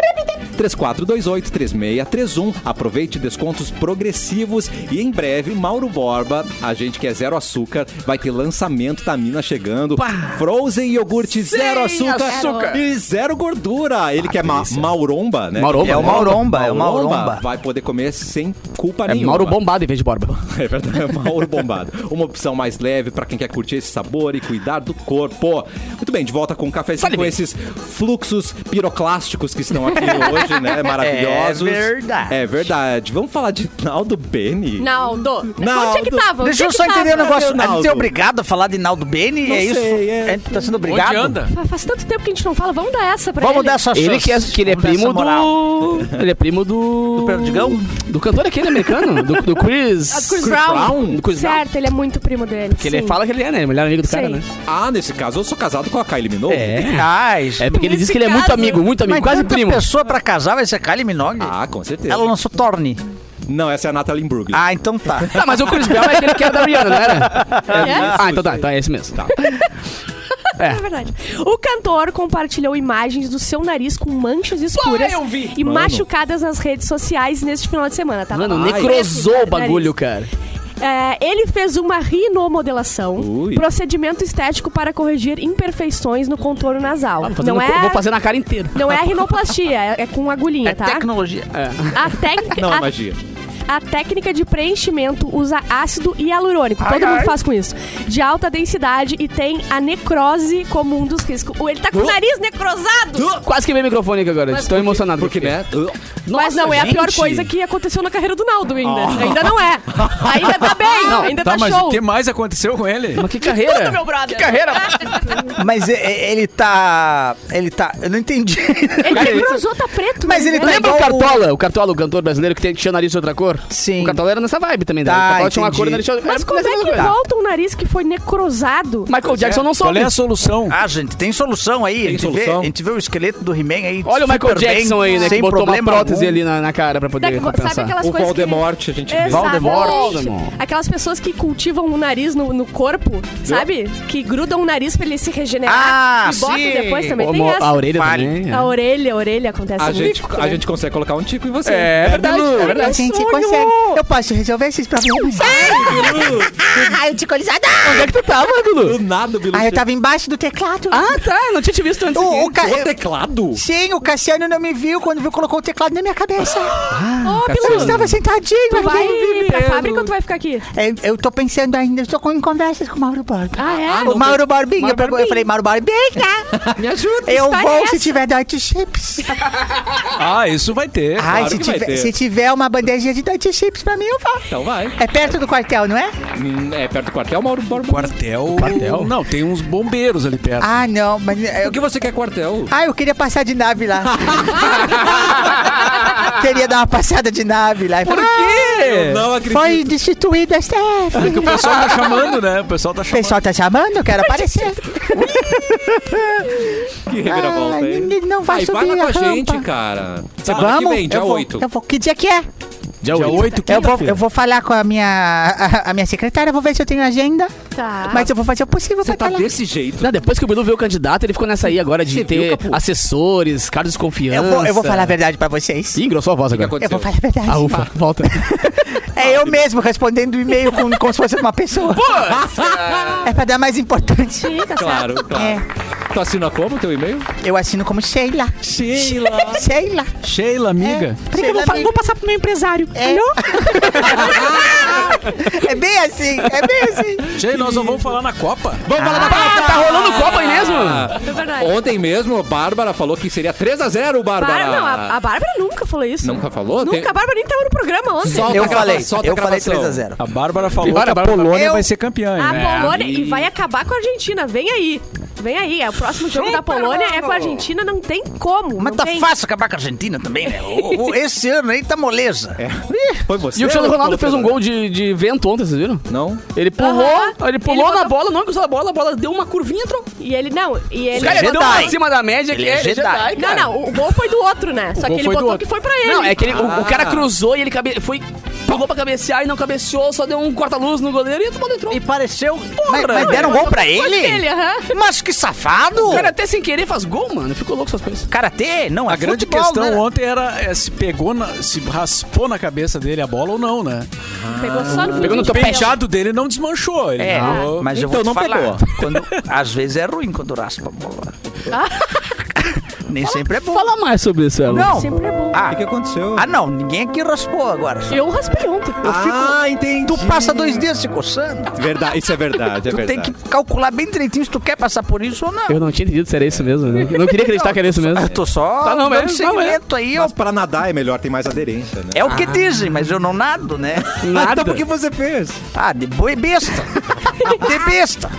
Speaker 2: 3428-3631. Aproveite descontos progressivos. E em breve, Mauro Borba, a gente que é zero açúcar, vai ter lançamento da mina chegando. Frozen e iogurte zero açúcar,
Speaker 5: açúcar.
Speaker 2: e zero gordura. Ele que é ma mauromba, né?
Speaker 4: Mauromba,
Speaker 1: É o
Speaker 4: né?
Speaker 1: Mauromba, é o Mauromba.
Speaker 2: Vai poder comer sem culpa
Speaker 4: É
Speaker 2: nenhuma.
Speaker 4: Mauro Bombado em vez de Borba.
Speaker 2: É verdade, é Mauro Bombado. Uma opção mais leve pra quem quer curtir esse sabor e cuidar do corpo. Muito bem, de volta com o cafezinho,
Speaker 4: Salivei.
Speaker 2: com esses fluxos piroclásticos que estão aqui hoje, né? Maravilhosos.
Speaker 1: É verdade.
Speaker 2: É verdade. Vamos falar de Naldo Beni?
Speaker 5: Naldo.
Speaker 2: Naldo.
Speaker 5: Onde é que tava?
Speaker 1: Deixa
Speaker 5: Onde é
Speaker 1: eu
Speaker 5: que
Speaker 1: só entender o
Speaker 5: tava?
Speaker 1: negócio. A gente
Speaker 2: Naldo?
Speaker 1: é obrigado a falar de Naldo Beni?
Speaker 2: Não
Speaker 1: é isso?
Speaker 2: sei, é.
Speaker 1: A gente tá sendo obrigado.
Speaker 6: Onde anda?
Speaker 5: Fa- Faz tanto tempo que a gente não fala. Vamos dar essa pra
Speaker 1: Vamos
Speaker 5: ele.
Speaker 1: dar essa chance.
Speaker 4: Ele que é, que ele é
Speaker 1: Vamos dar
Speaker 4: primo
Speaker 1: essa moral.
Speaker 4: do. Ele é primo do.
Speaker 1: Do Perdigão?
Speaker 4: Do cantor aquele americano, do, do Chris.
Speaker 5: Ah, do Chris Brown.
Speaker 4: Do Chris Brown.
Speaker 5: Certo, ele é muito primo dele.
Speaker 4: Que ele
Speaker 5: sim.
Speaker 4: fala que ele é, né? Melhor amigo do cara,
Speaker 5: Sei.
Speaker 4: né?
Speaker 2: Ah, nesse caso eu sou casado com a Kylie Minogue.
Speaker 4: É.
Speaker 1: Ai,
Speaker 4: É porque ele
Speaker 5: Nesse
Speaker 4: diz que ele é muito
Speaker 5: caso-
Speaker 4: amigo, muito amigo,
Speaker 1: Mas
Speaker 4: quase
Speaker 1: tanta
Speaker 4: primo.
Speaker 1: pessoa pra casar vai ser Kylie Minogue?
Speaker 2: Ah, com certeza.
Speaker 1: Ela lançou Torne.
Speaker 2: Não, essa é a Natalie Imbruglia.
Speaker 1: Ah, então tá.
Speaker 4: Tá, mas o Chris Brown é aquele que era da Rihanna, não era?
Speaker 5: É?
Speaker 4: Ah, então tá, então é esse mesmo.
Speaker 5: É verdade. O cantor compartilhou imagens do seu nariz com manchas escuras e
Speaker 2: Mano.
Speaker 5: machucadas nas redes sociais neste final de semana, tá?
Speaker 4: Mano,
Speaker 2: Ai.
Speaker 4: necrosou o
Speaker 5: Nariz.
Speaker 4: bagulho, cara.
Speaker 5: É, ele fez uma rinomodelação,
Speaker 2: Ui.
Speaker 5: procedimento estético para corrigir imperfeições no contorno nasal.
Speaker 4: Vou fazer
Speaker 5: Não
Speaker 4: no-
Speaker 5: é,
Speaker 4: Vou fazer na cara inteira.
Speaker 5: não é a rinoplastia, é, é com agulhinha,
Speaker 1: É
Speaker 5: tá?
Speaker 1: tecnologia.
Speaker 5: A, tec-
Speaker 2: Não, é
Speaker 5: a-
Speaker 2: magia.
Speaker 5: a técnica de preenchimento usa ácido hialurônico. Todo mundo faz com isso. De alta densidade e tem a necrose como um dos riscos. Ele tá com o nariz necrosado!
Speaker 4: Uh, Quase queimei o microfone aqui agora, estou emocionado.
Speaker 2: Porque,
Speaker 4: com isso.
Speaker 2: né?
Speaker 5: Mas não é a pior coisa que aconteceu na carreira do Naldo ainda. Ainda não é. Ainda tá bem, ainda tá,
Speaker 6: Tá, mas
Speaker 5: show.
Speaker 6: o que mais aconteceu com ele?
Speaker 1: Uh.
Speaker 4: Mas que carreira?
Speaker 5: Meu brother.
Speaker 4: carreira?
Speaker 1: Mas e- e- ele tá. Ele tá. Eu não entendi.
Speaker 5: Ele necrosou, tá preto.
Speaker 1: Mas ele
Speaker 5: né?
Speaker 1: tá
Speaker 4: Lembra o
Speaker 1: igual o-
Speaker 4: Cartola? O Cartola, o cantor brasileiro que tem- tinha o nariz de outra cor?
Speaker 1: Sim.
Speaker 4: O Cartola era nessa vibe também, né?
Speaker 1: Tá,
Speaker 4: o Cartola tinha uma
Speaker 1: entendi.
Speaker 4: cor e o nariz tinha outra.
Speaker 5: Mas
Speaker 4: Era
Speaker 5: como é
Speaker 4: a mesma
Speaker 5: que
Speaker 4: coisa.
Speaker 5: volta um nariz que foi necrosado?
Speaker 4: Michael Jackson não
Speaker 6: Qual
Speaker 4: soube.
Speaker 6: é a solução?
Speaker 1: Ah, gente, tem solução aí. a, gente
Speaker 2: solução?
Speaker 1: Vê, a gente vê o esqueleto do He-Man aí.
Speaker 4: Olha o Michael
Speaker 1: super bem,
Speaker 4: Jackson aí, né? Que
Speaker 1: Sem
Speaker 4: botou uma
Speaker 1: problema
Speaker 4: prótese
Speaker 1: algum.
Speaker 4: ali na, na cara pra poder
Speaker 5: Da-
Speaker 4: compensar.
Speaker 5: sabe aquelas
Speaker 2: O
Speaker 5: coisas que-
Speaker 2: Voldemort, a gente vê.
Speaker 5: Exatamente.
Speaker 4: Voldemort.
Speaker 5: Aquelas pessoas que cultivam o nariz no, no corpo, sabe? Que grudam o nariz pra ele se regenerar.
Speaker 1: Ah,
Speaker 5: e botam
Speaker 1: sim.
Speaker 5: depois também.
Speaker 4: Como
Speaker 5: Tem essa.
Speaker 4: a orelha
Speaker 1: Fale.
Speaker 4: também. é.
Speaker 5: A orelha, a orelha acontece
Speaker 2: A
Speaker 5: muito.
Speaker 2: gente, a
Speaker 5: né?
Speaker 2: gente consegue colocar um tico em você.
Speaker 4: É verdade, é verdade.
Speaker 1: A gente consegue. Eu posso resolver esses problemas. Ah, eu te colizada.
Speaker 4: Onde é que tu
Speaker 2: tá,
Speaker 4: tava, Gulu?
Speaker 2: Do nada, Bilu.
Speaker 1: Ah, eu tava embaixo do teclado.
Speaker 4: Ah, tá. eu Não tinha te visto antes.
Speaker 1: o, o,
Speaker 4: aqui.
Speaker 1: ca...
Speaker 2: O teclado?
Speaker 1: Sim, o Cassiano não me viu quando viu colocou o teclado na minha cabeça.
Speaker 5: Ô,
Speaker 1: Eu
Speaker 5: Bilu,
Speaker 1: estava sentadinho
Speaker 5: tu vai
Speaker 1: ali.
Speaker 5: pra fábrica ou tu vai ficar aqui?
Speaker 1: É, Eu tô pensando ainda, estou com conversas com o Mauro Borba.
Speaker 5: Ah, é?
Speaker 1: o Mauro Borbinha,
Speaker 5: Mauro
Speaker 1: eu, pergu- eu
Speaker 5: Borbinha.
Speaker 1: falei, Mauro Borbinha,
Speaker 4: Me ajuda.
Speaker 1: eu
Speaker 5: história
Speaker 1: vou
Speaker 5: é essa?
Speaker 1: se tiver Dutch Chips.
Speaker 6: Ah, isso vai ter.
Speaker 1: Ai, se,
Speaker 2: que vai ter.
Speaker 1: tiver, se tiver uma bandejinha de Dutch Chips pra mim, eu vou.
Speaker 2: Então vai.
Speaker 1: É perto do quartel, não é?
Speaker 2: Hum, É perto do quartel, Mauro Borba.
Speaker 6: Quartel. Quartel? Não, tem uns bombeiros ali perto.
Speaker 1: Ah, não,
Speaker 2: É
Speaker 1: mas...
Speaker 2: O que você quer quartel?
Speaker 1: Ah, eu queria passar de nave lá. Teria dado uma passeada de nave lá. e
Speaker 3: Por
Speaker 1: falar,
Speaker 3: quê?
Speaker 2: Não
Speaker 1: "Ah,
Speaker 2: acredito.
Speaker 1: Foi destituído a STF.
Speaker 6: Porque É. o pessoal tá chamando, né? O pessoal tá
Speaker 1: O
Speaker 6: chamando.
Speaker 1: pessoal tá chamando, quero aparecer.
Speaker 2: Que reviravolta
Speaker 1: Ah,
Speaker 2: aí.
Speaker 1: ele não vai
Speaker 2: Aí
Speaker 1: subir
Speaker 2: com
Speaker 1: a
Speaker 2: a gente,
Speaker 1: rampa.
Speaker 2: cara. Semana
Speaker 1: Vamos?
Speaker 2: que vem, dia
Speaker 1: eu vou,
Speaker 2: 8.
Speaker 1: Eu vou. Que dia que é?
Speaker 6: Dia 8,
Speaker 1: Eu vou,
Speaker 6: quinta-feira.
Speaker 1: eu vou falar com a minha, a, a minha secretária, vou ver se eu tenho agenda.
Speaker 5: Tá.
Speaker 1: Mas eu vou fazer o possível
Speaker 2: Você
Speaker 1: pra
Speaker 2: tá
Speaker 1: falar.
Speaker 2: desse jeito.
Speaker 3: Não, depois que o Bilu veio o candidato, ele ficou nessa aí agora de
Speaker 2: Você viu,
Speaker 3: ter
Speaker 2: Capu?
Speaker 3: assessores, caras de
Speaker 1: Eu
Speaker 3: confiança.
Speaker 1: vou, eu vou falar a verdade pra vocês.
Speaker 3: Ih, engrossou a voz
Speaker 2: O que
Speaker 3: agora.
Speaker 1: Eu
Speaker 2: aconteceu?
Speaker 1: vou falar a verdade.
Speaker 3: Ah, ufa, volta.
Speaker 1: É eu mesmo respondendo o e-mail com- como se fosse uma pessoa. É pra dar mais importância.
Speaker 2: Claro,
Speaker 1: É.
Speaker 2: claro. Tu assina como o teu e-mail?
Speaker 1: Eu assino como Sheila.
Speaker 2: Tá.
Speaker 6: Sheila.
Speaker 1: Sheila.
Speaker 6: Sheila, amiga.
Speaker 1: Peraí que eu vou, passar pro meu empresário. É. é bem assim, é bem assim.
Speaker 6: Sheila, nós não vamos falar na Copa?
Speaker 2: Vamos falar da
Speaker 3: Ah, tá rolando Copa aí mesmo?
Speaker 5: É verdade.
Speaker 2: Ah, Ontem mesmo, a Bárbara falou que seria 3x0, Bárbara.
Speaker 5: Bárbara, não, a, a Bárbara nunca falou isso.
Speaker 2: Nunca falou?
Speaker 5: Nunca,
Speaker 2: Tem-
Speaker 5: a Bárbara nem tava no programa ontem.
Speaker 2: Solta
Speaker 1: Eu
Speaker 2: a grava-
Speaker 1: falei,
Speaker 2: solta a
Speaker 1: eu falei
Speaker 2: gravação.
Speaker 1: 3 a 0.
Speaker 6: A Bárbara falou
Speaker 3: Agora,
Speaker 6: que a
Speaker 3: Bárbara-
Speaker 6: Polônia
Speaker 1: Eu-
Speaker 6: vai ser campeã.
Speaker 5: A
Speaker 6: né?
Speaker 5: Polônia. E
Speaker 2: aí.
Speaker 5: vai acabar com a Argentina. Vem aí. Vem aí. É o próximo jogo da Polônia. É com a Argentina. Não tem como.
Speaker 1: Mas
Speaker 5: não
Speaker 1: tá
Speaker 5: tem.
Speaker 1: fácil acabar com a Argentina também, né? O- o- Esse ano aí tá moleza.
Speaker 2: Foi você.
Speaker 3: E o Cristiano
Speaker 2: ou
Speaker 3: Ronaldo
Speaker 2: foi
Speaker 3: fez
Speaker 2: o
Speaker 3: um gol de, de vento ontem, vocês viram?
Speaker 2: Não?
Speaker 3: Ele pulou,
Speaker 5: Aham.
Speaker 3: ele pulou
Speaker 5: Ele
Speaker 3: na
Speaker 5: mandou-
Speaker 3: bola, não cruzou a bola, a bola deu uma curvinha, entrou.
Speaker 5: E ele não. E ele.
Speaker 3: O cara
Speaker 1: é
Speaker 3: deu uma
Speaker 1: Jedi.
Speaker 3: acima da média que
Speaker 1: Ele
Speaker 3: ele
Speaker 1: é
Speaker 3: é
Speaker 1: Jedi.
Speaker 3: Jedi,
Speaker 5: Não,
Speaker 3: cara.
Speaker 5: não. O gol foi do outro, né? Só
Speaker 6: gol
Speaker 5: que ele
Speaker 6: foi do
Speaker 5: botou
Speaker 6: outro.
Speaker 5: que foi pra ele.
Speaker 3: Não, é que ele- o- o, cara cruzou e ele cabe, foi, pulou pra cabecear e não cabeceou, só deu um corta-luz no goleiro e a bola entrou.
Speaker 1: E pareceu. mas,
Speaker 3: Porra,
Speaker 1: mas deram
Speaker 3: eu
Speaker 1: gol pra
Speaker 5: Foi
Speaker 1: ele?
Speaker 5: dele, aham.
Speaker 1: Mas que safado!
Speaker 3: O cara até sem querer faz gol, mano. Ficou louco essas coisas.
Speaker 1: Karatê? Não, é
Speaker 6: A grande
Speaker 1: futebol,
Speaker 6: questão
Speaker 1: né?
Speaker 6: ontem era é, se pegou, na- se raspou na cabeça dele a bola ou não, né?
Speaker 5: Pegou só no
Speaker 3: Pegou no
Speaker 6: O
Speaker 5: fim de
Speaker 3: topete. Ah,
Speaker 5: campo.
Speaker 6: penteado dele não desmanchou. Ele
Speaker 1: É,
Speaker 6: não.
Speaker 1: mas eu vou
Speaker 2: Então
Speaker 1: te
Speaker 2: não
Speaker 1: falar.
Speaker 2: pegou.
Speaker 1: Quando, às vezes é ruim quando raspa a bola. Nem sempre é bom.
Speaker 3: Fala mais sobre isso, Elon.
Speaker 1: Não.
Speaker 5: Ah. Sempre é
Speaker 2: O
Speaker 5: bom.
Speaker 2: que
Speaker 1: Ah,
Speaker 2: aconteceu?
Speaker 1: ah, não. Ninguém aqui raspou agora.
Speaker 5: Eu raspei ontem.
Speaker 1: Eu
Speaker 2: Ah, entendi.
Speaker 1: Tu passa dois dias se coçando.
Speaker 2: Verdade, isso é verdade, é
Speaker 1: tu tem
Speaker 2: verdade.
Speaker 1: que calcular bem direitinho se tu quer passar por isso ou não.
Speaker 3: Eu não tinha entendido se era isso mesmo. né? Eu não queria acreditar que era isso mesmo.
Speaker 1: Eu tô só
Speaker 3: Tá, não,
Speaker 1: dando
Speaker 3: mas- não,
Speaker 1: segmento aí. ó.
Speaker 2: Mas para nadar é melhor, tem mais aderência, né?
Speaker 1: É o que dizem, mas eu não nado, né?
Speaker 3: Nada.
Speaker 2: Então o que você fez?
Speaker 1: Ah, de boi besta. De besta.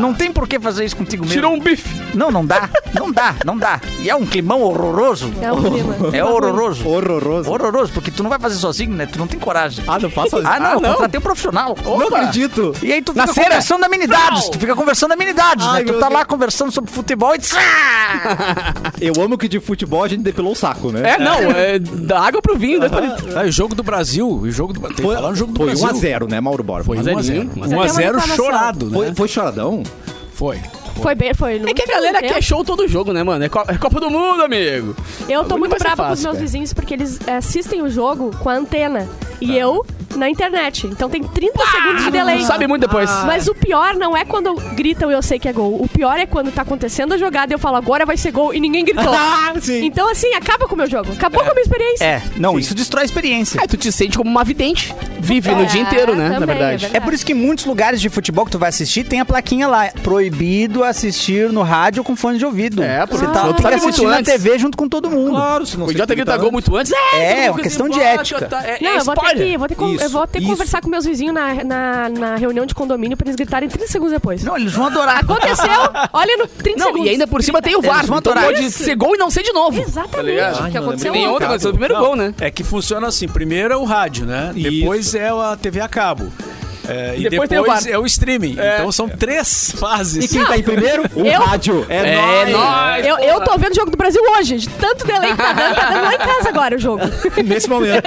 Speaker 1: Não tem por que fazer isso contigo mesmo.
Speaker 3: Tirou um bife.
Speaker 1: Não, não dá. Não dá, não dá. E é um climão horroroso.
Speaker 5: É um clima.
Speaker 1: É horroroso.
Speaker 2: Horroroso.
Speaker 1: Horroroso, porque tu não vai fazer sozinho, né? Tu não tem coragem.
Speaker 2: Ah, não faça
Speaker 1: Ah, não, eu contratei um profissional.
Speaker 2: Não acredito.
Speaker 1: E aí tu fica
Speaker 3: Na cera?
Speaker 1: conversando amenidades, tu fica conversando amenidades,
Speaker 2: Ai,
Speaker 1: né? Tu
Speaker 2: meu
Speaker 1: tá
Speaker 2: Deus.
Speaker 1: lá conversando sobre futebol e...
Speaker 2: Eu amo que de futebol a gente depilou o saco, né?
Speaker 3: É, não. É, da água pro vinho, dois palitos.
Speaker 6: Ah, e o jogo do Brasil, o jogo do, tem que falar no jogo do
Speaker 2: Foi
Speaker 6: Brasil.
Speaker 2: 1x0, né, Mauro Borba?
Speaker 6: Foi
Speaker 3: Mas é
Speaker 6: 1 a 0.
Speaker 3: lindo, mas é
Speaker 6: 1 a 0
Speaker 5: aquela
Speaker 6: chorado,
Speaker 2: Foi,
Speaker 6: né?
Speaker 2: foi choradão?
Speaker 6: Foi.
Speaker 5: Foi bem, foi. no
Speaker 3: É que a
Speaker 5: último
Speaker 3: galera
Speaker 5: tempo.
Speaker 3: quer show todo jogo, né, mano? É Co- é Copa do Mundo, amigo.
Speaker 5: Eu tô
Speaker 3: Bagulho
Speaker 5: muito
Speaker 3: vai ser
Speaker 5: brava com
Speaker 3: fácil, é.
Speaker 5: os meus
Speaker 3: cara.
Speaker 5: vizinhos porque eles assistem o jogo com a antena e eu na internet. Então tem 30 segundos de delay.
Speaker 3: Sabe muito depois.
Speaker 5: Mas o pior não é quando gritam e eu sei que é gol. O pior é quando tá acontecendo a jogada e eu falo agora vai ser gol e ninguém gritou.
Speaker 3: Ah,
Speaker 2: sim.
Speaker 5: então assim, acaba com o meu jogo. Acabou com a minha experiência.
Speaker 1: É, não, isso destrói a experiência.
Speaker 3: Aí é, tu te sente como uma vidente. Vive no
Speaker 5: É,
Speaker 3: dia inteiro, né? na
Speaker 5: também,
Speaker 3: verdade.
Speaker 5: é
Speaker 1: É por isso que muitos lugares de futebol que tu vai assistir tem a plaquinha lá, proibido assistir no rádio com fone de ouvido.
Speaker 3: É, porque
Speaker 1: Você tá
Speaker 3: tu
Speaker 1: lá, tem que
Speaker 3: sabe muito
Speaker 1: assistir na
Speaker 3: antes.
Speaker 1: TV junto com todo mundo.
Speaker 2: Claro, se não
Speaker 3: O
Speaker 2: sei tá
Speaker 3: idiota grita
Speaker 2: gritar
Speaker 3: tá gol muito antes.
Speaker 1: É,
Speaker 3: todo mundo
Speaker 1: uma
Speaker 3: fica
Speaker 1: questão
Speaker 3: assim,
Speaker 1: de
Speaker 3: "Pô,
Speaker 1: ética."
Speaker 3: tá- É,
Speaker 5: Não,
Speaker 3: é
Speaker 5: eu vou ter
Speaker 3: spoiler.
Speaker 5: que, eu vou ter que- eu
Speaker 2: Isso,
Speaker 5: vou ter que
Speaker 2: isso.
Speaker 5: conversar com meus vizinhos na, na, na reunião de condomínio pra eles gritarem 30 segundos depois.
Speaker 1: Não, eles vão adorar.
Speaker 5: Aconteceu, olha no 30
Speaker 3: Não,
Speaker 5: segundos.
Speaker 3: e ainda por cima tem o
Speaker 1: Eles
Speaker 3: VAR.
Speaker 1: vão
Speaker 3: Então
Speaker 1: atorar.
Speaker 3: pode ser gol e não ser de novo.
Speaker 5: Exatamente.
Speaker 3: ligado?
Speaker 5: o que
Speaker 2: Ai, não,
Speaker 5: aconteceu
Speaker 2: lembrei
Speaker 3: Tem
Speaker 5: ontem.
Speaker 3: outra coisa, o primeiro
Speaker 6: Não,
Speaker 3: gol, né?
Speaker 6: É que funciona assim, primeiro é o rádio, né?
Speaker 2: Isso.
Speaker 6: Depois é a TV a cabo. É, e
Speaker 3: Depois
Speaker 6: depois,
Speaker 3: tem o VAR.
Speaker 6: é o streaming. Então são três fases.
Speaker 2: E quem tá em primeiro? O
Speaker 5: Eu?
Speaker 2: rádio.
Speaker 3: É nóis.
Speaker 5: Eu, eu tô vendo o jogo do Brasil hoje. De tanto delay que tá dando, tá dando lá em casa agora o jogo.
Speaker 2: Nesse momento.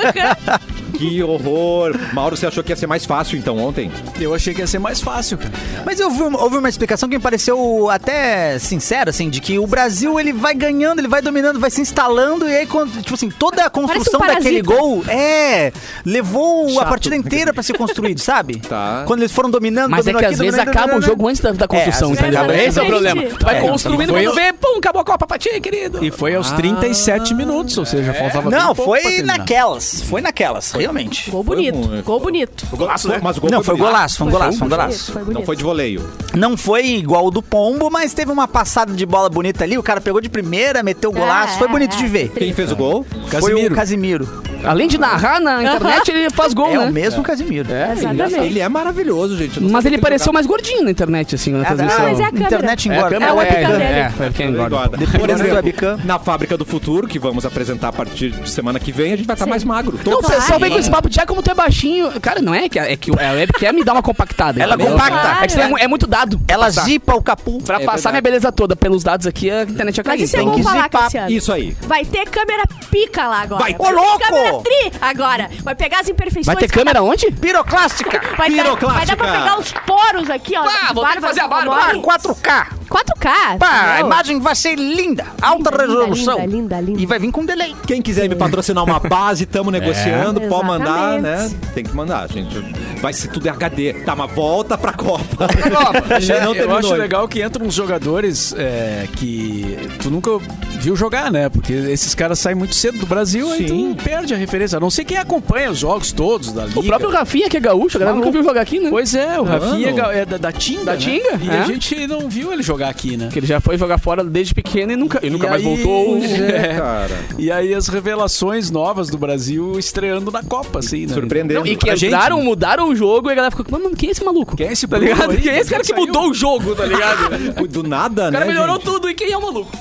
Speaker 2: que horror. Mauro, você achou que ia ser mais fácil então ontem?
Speaker 6: Eu achei que ia ser mais fácil, cara.
Speaker 1: Mas eu vi, uma- ouvi uma explicação que me pareceu até sincera, assim, de que o Brasil ele vai ganhando, ele vai dominando, vai se instalando, e aí, quando, tipo assim, toda
Speaker 3: um
Speaker 1: a construção
Speaker 5: parasita.
Speaker 1: daquele gol é. levou a
Speaker 2: Chato.
Speaker 1: partida inteira pra ser construído, sabe?
Speaker 2: Tá.
Speaker 1: Quando eles foram dominando,
Speaker 3: Mas é
Speaker 1: dominando
Speaker 3: que
Speaker 1: aqui,
Speaker 3: às vezes
Speaker 1: dominando,
Speaker 3: acaba o
Speaker 1: dominando,
Speaker 3: jogo antes da, da construção,
Speaker 1: às vezes
Speaker 3: entendeu?
Speaker 5: acaba-
Speaker 3: Esse é o problema.
Speaker 5: Gente.
Speaker 3: Tu vai
Speaker 1: É,
Speaker 3: construindo
Speaker 6: foi
Speaker 3: quando
Speaker 6: o-
Speaker 3: vê, pum, acabou a Copa pra ti, querido.
Speaker 6: E foi aos 37 minutos, ou seja, faltava bem
Speaker 1: Não,
Speaker 6: pouco pra
Speaker 1: foi
Speaker 6: terminar.
Speaker 1: naquelas. Foi naquelas, realmente.
Speaker 5: Gol bonito.
Speaker 2: bom, é.
Speaker 5: Gol bonito.
Speaker 2: O golaço, né? Mas o gol
Speaker 1: Não, foi
Speaker 2: bonito.
Speaker 1: golaço, foi um golaço, foi um
Speaker 5: Isso,
Speaker 1: golaço.
Speaker 5: Foi bonito.
Speaker 2: Não foi de voleio.
Speaker 1: Não foi igual o do Pombo, mas teve uma passada de bola
Speaker 5: Ah, é.
Speaker 1: bonita ali. O cara pegou de primeira, meteu o golaço. Foi bonito de ver.
Speaker 2: Quem fez o gol?
Speaker 1: Foi
Speaker 6: Casimiro.
Speaker 1: o Casimiro.
Speaker 3: Além de narrar na internet, ele faz gol,
Speaker 5: Uhum.
Speaker 1: É o
Speaker 3: né?
Speaker 1: mesmo Casimiro.
Speaker 3: É, ele-
Speaker 5: Exatamente.
Speaker 2: Ele é maravilhoso, gente.
Speaker 3: Mas ele pareceu mais gordinho na internet, assim, na transmissão.
Speaker 5: mas é a câmera.
Speaker 1: Internet engorda.
Speaker 5: câmera, É o webcam dele.
Speaker 3: é, é, webcam engorda.
Speaker 2: Por
Speaker 1: Depois do
Speaker 2: exemplo,
Speaker 1: webcam.
Speaker 2: na Fábrica do Futuro, que vamos apresentar a partir de semana que vem, a gente vai estar mais magro.
Speaker 3: Então o
Speaker 2: Todos-
Speaker 3: pessoal vem com esse papo de, ah, como tu é baixinho. Cara, não é que é que a webcam me dá uma compactada.
Speaker 1: Ela
Speaker 3: entendeu?
Speaker 1: compacta.
Speaker 3: É que isso é, mu- é muito dado. pra
Speaker 1: Ela
Speaker 3: passar.
Speaker 1: zipa o capu.
Speaker 3: Pra
Speaker 2: É
Speaker 3: passar
Speaker 2: verdade.
Speaker 3: minha beleza toda pelos dados aqui, a internet ia
Speaker 5: Mas
Speaker 3: cair.
Speaker 5: isso é
Speaker 1: tem
Speaker 5: bom
Speaker 1: que
Speaker 5: falar,
Speaker 1: zipar
Speaker 5: Cristiano.
Speaker 2: Isso aí.
Speaker 5: Vai ter câmera pica lá agora.
Speaker 1: Vai, ô,
Speaker 5: ter
Speaker 1: louco!
Speaker 5: Câmera tri agora. Vai pegar as imperfeições. um.
Speaker 3: Vai ter câmera onde?
Speaker 1: Piroclástica.
Speaker 5: Vai dar,
Speaker 2: piroclástica.
Speaker 5: vai dar pra pegar os poros aqui, ó.
Speaker 3: Ah,
Speaker 5: das
Speaker 3: vou ter que
Speaker 5: barbas
Speaker 3: fazer a
Speaker 5: do
Speaker 3: barba.
Speaker 1: Ah,
Speaker 5: Mori.
Speaker 1: 4K.
Speaker 5: 4K.
Speaker 1: Pá, a
Speaker 5: entendeu?
Speaker 1: imagem vai ser linda. Alta
Speaker 5: Linda,
Speaker 1: resolução.
Speaker 5: linda, linda, linda.
Speaker 1: E vai vir com delay.
Speaker 2: Quem quiser me patrocinar uma base, estamos negociando, pode mandar, né?
Speaker 5: Exatamente.
Speaker 2: Tem que mandar, gente. Vai se tudo é HD. Tá, mas volta pra Copa. Já não
Speaker 6: eu
Speaker 2: terminou.
Speaker 6: acho legal que entram uns jogadores é, que tu nunca viu jogar, né? Porque esses caras saem muito cedo do Brasil e
Speaker 2: Sim.
Speaker 6: tu perde a referência. A não sei quem acompanha os jogos todos da liga.
Speaker 3: O próprio Rafinha, que é gaúcho, a galera nunca viu jogar aqui, né?
Speaker 6: Pois é, o Rafinha é
Speaker 2: Mano.
Speaker 6: ga- é da, da Tinga.
Speaker 3: Da
Speaker 6: né?
Speaker 3: Tinga,
Speaker 6: E
Speaker 3: é.
Speaker 6: a gente não viu ele jogar aqui, né?
Speaker 3: Que ele já foi jogar fora desde pequeno e nunca, e nunca
Speaker 6: E
Speaker 3: mais
Speaker 6: aí-
Speaker 3: voltou.
Speaker 2: É, cara.
Speaker 6: E aí as revelações novas do Brasil estreando na Copa, assim, né?
Speaker 2: Surpreendendo.
Speaker 3: Não, e que é,
Speaker 6: A gente-
Speaker 3: entraram, mudaram o jogo e a galera ficou, mano, quem é esse maluco?
Speaker 6: Quem é esse
Speaker 3: tá
Speaker 6: Bruno
Speaker 3: ligado?
Speaker 6: aí?
Speaker 3: Quem é esse cara que
Speaker 6: Saiu.
Speaker 3: mudou o jogo, tá ligado? O
Speaker 2: Do nada, né?
Speaker 3: cara melhorou
Speaker 2: gente?
Speaker 3: tudo e quem é o maluco?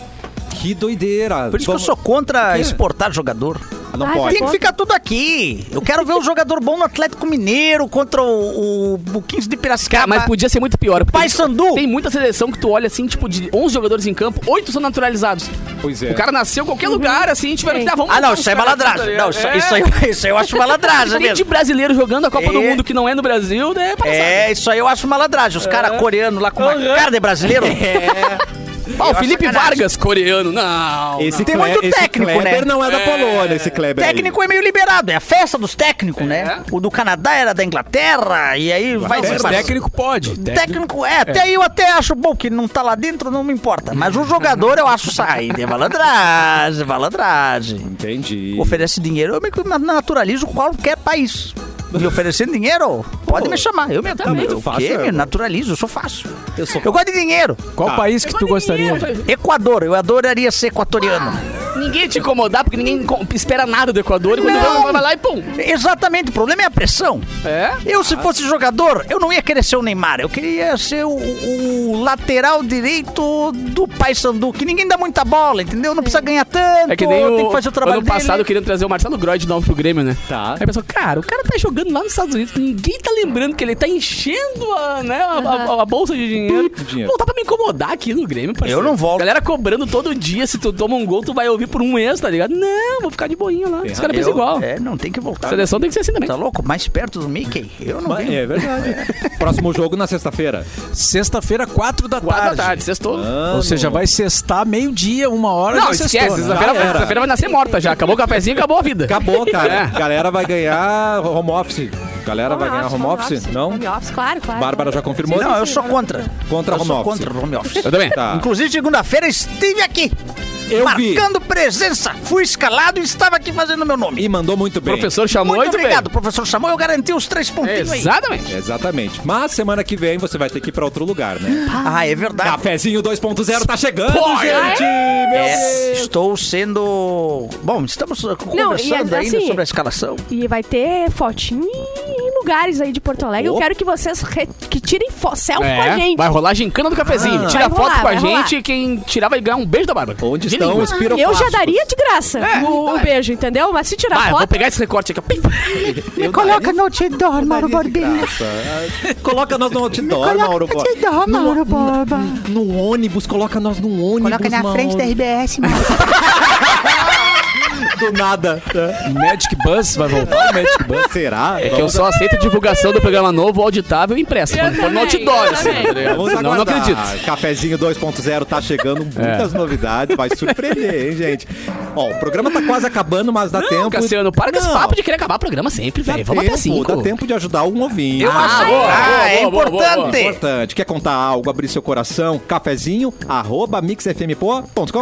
Speaker 2: Que doideira.
Speaker 1: Por isso que eu
Speaker 2: Vamos-
Speaker 1: sou contra
Speaker 2: quê?
Speaker 1: exportar jogador.
Speaker 2: Ah, Não
Speaker 5: Ai,
Speaker 2: pode.
Speaker 1: Tem que ficar tudo aqui. Eu quero ver um jogador bom no Atlético Mineiro contra o, o, o 15 de Piracicaba.
Speaker 3: Ah, mas podia ser muito pior. porque
Speaker 1: Paysandu.
Speaker 3: Tem muita seleção que tu olha assim, tipo, de 11 jogadores em campo, 8 são naturalizados.
Speaker 2: Pois é.
Speaker 3: O cara nasceu em qualquer lugar, assim, tiveram que dar, vamos
Speaker 1: Uhum. Ah, não,
Speaker 3: botar
Speaker 1: isso é
Speaker 3: uns caras aqui, tá
Speaker 1: malandragem.
Speaker 3: ligado?
Speaker 1: Não, isso,
Speaker 3: É.
Speaker 1: isso aí, isso aí eu acho malandragem
Speaker 3: Tem de
Speaker 1: mesmo.
Speaker 3: brasileiro jogando a Copa do
Speaker 1: É.
Speaker 3: Mundo que não é no Brasil, né?
Speaker 1: É, isso aí eu acho malandragem. Os
Speaker 3: É.
Speaker 1: caras coreanos lá com uma cara de brasileiro.
Speaker 3: Ó, o
Speaker 1: eu
Speaker 3: Felipe
Speaker 1: acho sacanagem.
Speaker 3: Vargas, coreano. Não.
Speaker 2: Esse
Speaker 1: Tem
Speaker 2: Cle-
Speaker 1: muito
Speaker 2: esse
Speaker 1: técnico, né?
Speaker 2: Kleber não é da Polônia, esse Kleber. aí.
Speaker 1: Técnico é meio liberado, é a festa dos técnicos, né?
Speaker 3: É.
Speaker 1: O do Canadá era da Inglaterra, e aí vai
Speaker 6: Mas
Speaker 1: se
Speaker 6: o
Speaker 1: passa-
Speaker 6: técnico pode.
Speaker 1: Técnico, é, até aí eu até acho bom que ele não tá lá dentro, não me importa. Mas o jogador eu acho sai, é malandragem, malandragem.
Speaker 2: Entendi.
Speaker 1: Oferece dinheiro, eu me na- naturalizo qualquer país. Me oferecendo dinheiro, pode me chamar. Eu me
Speaker 3: Tá
Speaker 2: também.
Speaker 1: eu,
Speaker 2: Faço,
Speaker 1: quê?
Speaker 2: é,
Speaker 1: Me
Speaker 2: mano.
Speaker 1: naturalizo, eu sou fácil.
Speaker 2: Eu sou-
Speaker 1: Eu gosto de dinheiro.
Speaker 6: Qual
Speaker 2: Tá.
Speaker 6: país que tu gostaria?
Speaker 1: Equador, eu adoraria ser equatoriano.
Speaker 3: Ninguém te incomodar, porque ninguém co- espera nada do Equador. E quando
Speaker 1: Não.
Speaker 3: vai, vai lá e pum.
Speaker 1: Exatamente, o problema é a pressão.
Speaker 3: É?
Speaker 1: Eu, se fosse jogador, eu não ia querer ser o Neymar. Eu queria ser o, o lateral direito do Paysandu, que ninguém dá muita bola, entendeu? Não precisa ganhar tanto,
Speaker 3: É que nem
Speaker 1: tem
Speaker 3: o,
Speaker 1: que fazer o trabalho
Speaker 3: ano passado
Speaker 1: dele.
Speaker 3: querendo trazer o Marcelo Groy de novo pro Grêmio, né?
Speaker 2: Tá.
Speaker 3: Aí pensou, cara, o cara tá jogando lá nos Estados Unidos, ninguém tá lembrando que ele tá enchendo a, né, a, a- a bolsa de dinheiro.
Speaker 2: De dinheiro.
Speaker 3: Pô, dá pra me incomodar aqui no Grêmio, parceiro.
Speaker 1: Eu não volto.
Speaker 3: Galera cobrando todo dia, se tu toma um gol, tu vai ouvir por um mês, tá ligado? Não, vou ficar de boinha lá. Os caras pensam
Speaker 1: Eu-
Speaker 3: igual.
Speaker 1: É, não tem que voltar.
Speaker 3: Seleção tem que ser assim também.
Speaker 1: Tá louco? Mais perto do Mickey? Eu não
Speaker 2: Mas-
Speaker 1: venho.
Speaker 2: É verdade. Próximo jogo na sexta-feira.
Speaker 6: Sexta-feira, quatro da
Speaker 3: Quatro
Speaker 6: tarde.
Speaker 3: da tarde, sextou.
Speaker 1: Ah.
Speaker 6: Ou seja, vai sextar meio-dia, uma hora.
Speaker 3: Não,
Speaker 6: já sextou,
Speaker 3: esquece.
Speaker 6: né?
Speaker 3: Sexta-feira
Speaker 2: Já era.
Speaker 3: sexta-feira vai nascer morta já. Acabou o cafezinho, acabou a vida.
Speaker 2: Acabou, cara.
Speaker 3: É.
Speaker 2: Galera vai ganhar home office. Galera vai ganhar home office? Não?
Speaker 5: Home office, claro, claro.
Speaker 2: Bárbara já confirmou?
Speaker 1: Não, eu sou contra.
Speaker 2: Contra
Speaker 1: eu
Speaker 2: home
Speaker 1: sou
Speaker 2: office.
Speaker 1: contra home office. Ah.
Speaker 3: Eu também.
Speaker 2: Tá.
Speaker 1: Inclusive, segunda-feira estive aqui.
Speaker 2: Eu vi.
Speaker 1: marcando presença. Fui escalado e estava aqui fazendo meu nome.
Speaker 2: E mandou muito bem. É
Speaker 3: O professor chamou
Speaker 1: Muito,
Speaker 3: e tu veio.
Speaker 1: obrigado, professor Samuel. Eu garanti os três pontinhos aí.
Speaker 3: Exatamente.
Speaker 2: Exatamente. Mas semana que vem você vai ter que ir pra outro lugar, né?
Speaker 1: Ah, é verdade.
Speaker 2: Cafezinho 2.0 tá chegando,
Speaker 3: Spoiler!
Speaker 2: gente!
Speaker 1: É, estou sendo. Bom, estamos conversando
Speaker 5: assim-
Speaker 1: ainda sobre a escalação.
Speaker 5: E vai ter fotinho em lugares aí de Porto Alegre. Eu
Speaker 2: Opa.
Speaker 5: quero que vocês re- que tirem fo- selfie Então com a
Speaker 3: É,
Speaker 5: gente.
Speaker 3: vai rolar gincana do cafezinho. Tira
Speaker 5: Vai
Speaker 3: foto
Speaker 5: rolar,
Speaker 3: com a
Speaker 5: vai
Speaker 3: gente e quem tirar vai ganhar um beijo da Bárbara.
Speaker 2: Onde
Speaker 3: De
Speaker 2: estão
Speaker 3: língua.
Speaker 2: os
Speaker 5: Eu
Speaker 2: piroclastos?
Speaker 5: já daria de graça o, o beijo, entendeu? Mas se tirar
Speaker 3: Vai, eu vou
Speaker 5: foto,
Speaker 3: pegar esse recorte aqui. ó. é Pim.
Speaker 2: Me coloca no outdoor,
Speaker 7: Mauro Borbinha.
Speaker 2: Coloca nós no outdoor, Mauro Borba.
Speaker 7: Mauro Borba.
Speaker 2: No ônibus, coloca nós no ônibus,
Speaker 7: Coloca na frente da RBS, Mauro.
Speaker 2: Do nada.
Speaker 6: Magic Bus vai voltar. Magic
Speaker 2: Será?
Speaker 3: É que eu só aceito divulgação do programa novo, auditável e impresso. Quando for no
Speaker 5: também,
Speaker 3: outdoor,
Speaker 5: eu
Speaker 3: assim.
Speaker 5: também.
Speaker 3: tá ligado?
Speaker 2: Vamos
Speaker 3: Senão eu não
Speaker 2: aguardar.
Speaker 3: acredito. É.
Speaker 2: Cafezinho 2.0 tá chegando, muitas novidades, vai surpreender, hein, gente? Ó, o programa tá quase acabando, mas dá tempo.
Speaker 3: Cassiano, para com esse
Speaker 2: Não,
Speaker 3: papo de querer acabar o programa sempre,
Speaker 2: Dá
Speaker 3: velho. Vamos até
Speaker 2: tempo,
Speaker 3: cinco.
Speaker 2: dá tempo de ajudar um ouvinte.
Speaker 1: Eu acho. ah, é
Speaker 3: boa, boa, boa, boa.
Speaker 1: importante.
Speaker 2: importante. Quer contar algo, abrir seu coração? Cafezinho, arroba mixfmpo.com.br.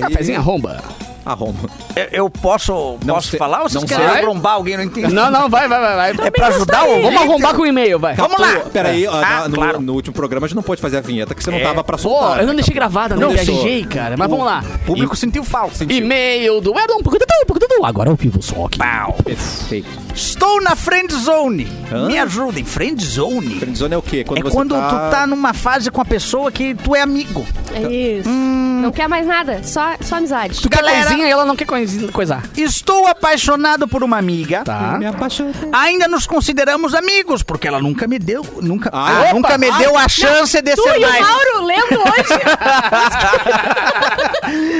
Speaker 3: Cafezinho arromba.
Speaker 2: a Roma.
Speaker 1: Eu, eu posso,
Speaker 2: Não
Speaker 1: posso
Speaker 2: sei-
Speaker 1: falar ou
Speaker 2: não
Speaker 1: vocês querem
Speaker 3: sei.
Speaker 1: arrombar alguém? Não entendi.
Speaker 4: Não, não, vai, vai, vai. vai.
Speaker 1: É pra ajudar ou
Speaker 3: Vamos arrombar com o e-mail, vai.
Speaker 1: Vamos lá.
Speaker 2: Pô, Peraí, ó,
Speaker 1: Ah,
Speaker 2: na- no,
Speaker 1: claro.
Speaker 2: no último programa a gente não pôde fazer a vinheta que você não tava pra
Speaker 3: É. Pô,
Speaker 2: soltar. né,
Speaker 3: eu não deixei gravada, não,
Speaker 2: Não deixou.
Speaker 3: viajei, cara. Mas vamos lá.
Speaker 1: O público sentiu falta.
Speaker 3: E-mail do Edon Pucututu, Pucututu. Agora eu vivo só aqui.
Speaker 1: Pau.
Speaker 2: é Perfeito.
Speaker 1: Estou na friend zone.
Speaker 2: Hã?
Speaker 1: Me ajudem. Friend zone?
Speaker 2: Friendzone é o quê? Quando
Speaker 1: é quando tu tá numa fase com a pessoa que tu é amigo.
Speaker 5: É isso. Não quer mais nada, só, só amizade.
Speaker 3: Tu quer
Speaker 1: Galera-
Speaker 3: coisinha e ela não quer coisinha- coisar.
Speaker 1: Estou apaixonado por uma amiga.
Speaker 3: Tá.
Speaker 2: Me apaixonei.
Speaker 1: Ainda nos consideramos amigos, porque ela nunca me deu. Nunca,
Speaker 2: Ah,
Speaker 1: ela
Speaker 2: opa,
Speaker 1: nunca me deu a chance de
Speaker 5: Tu
Speaker 1: ser
Speaker 5: e o
Speaker 1: mais.
Speaker 5: Mauro lendo hoje?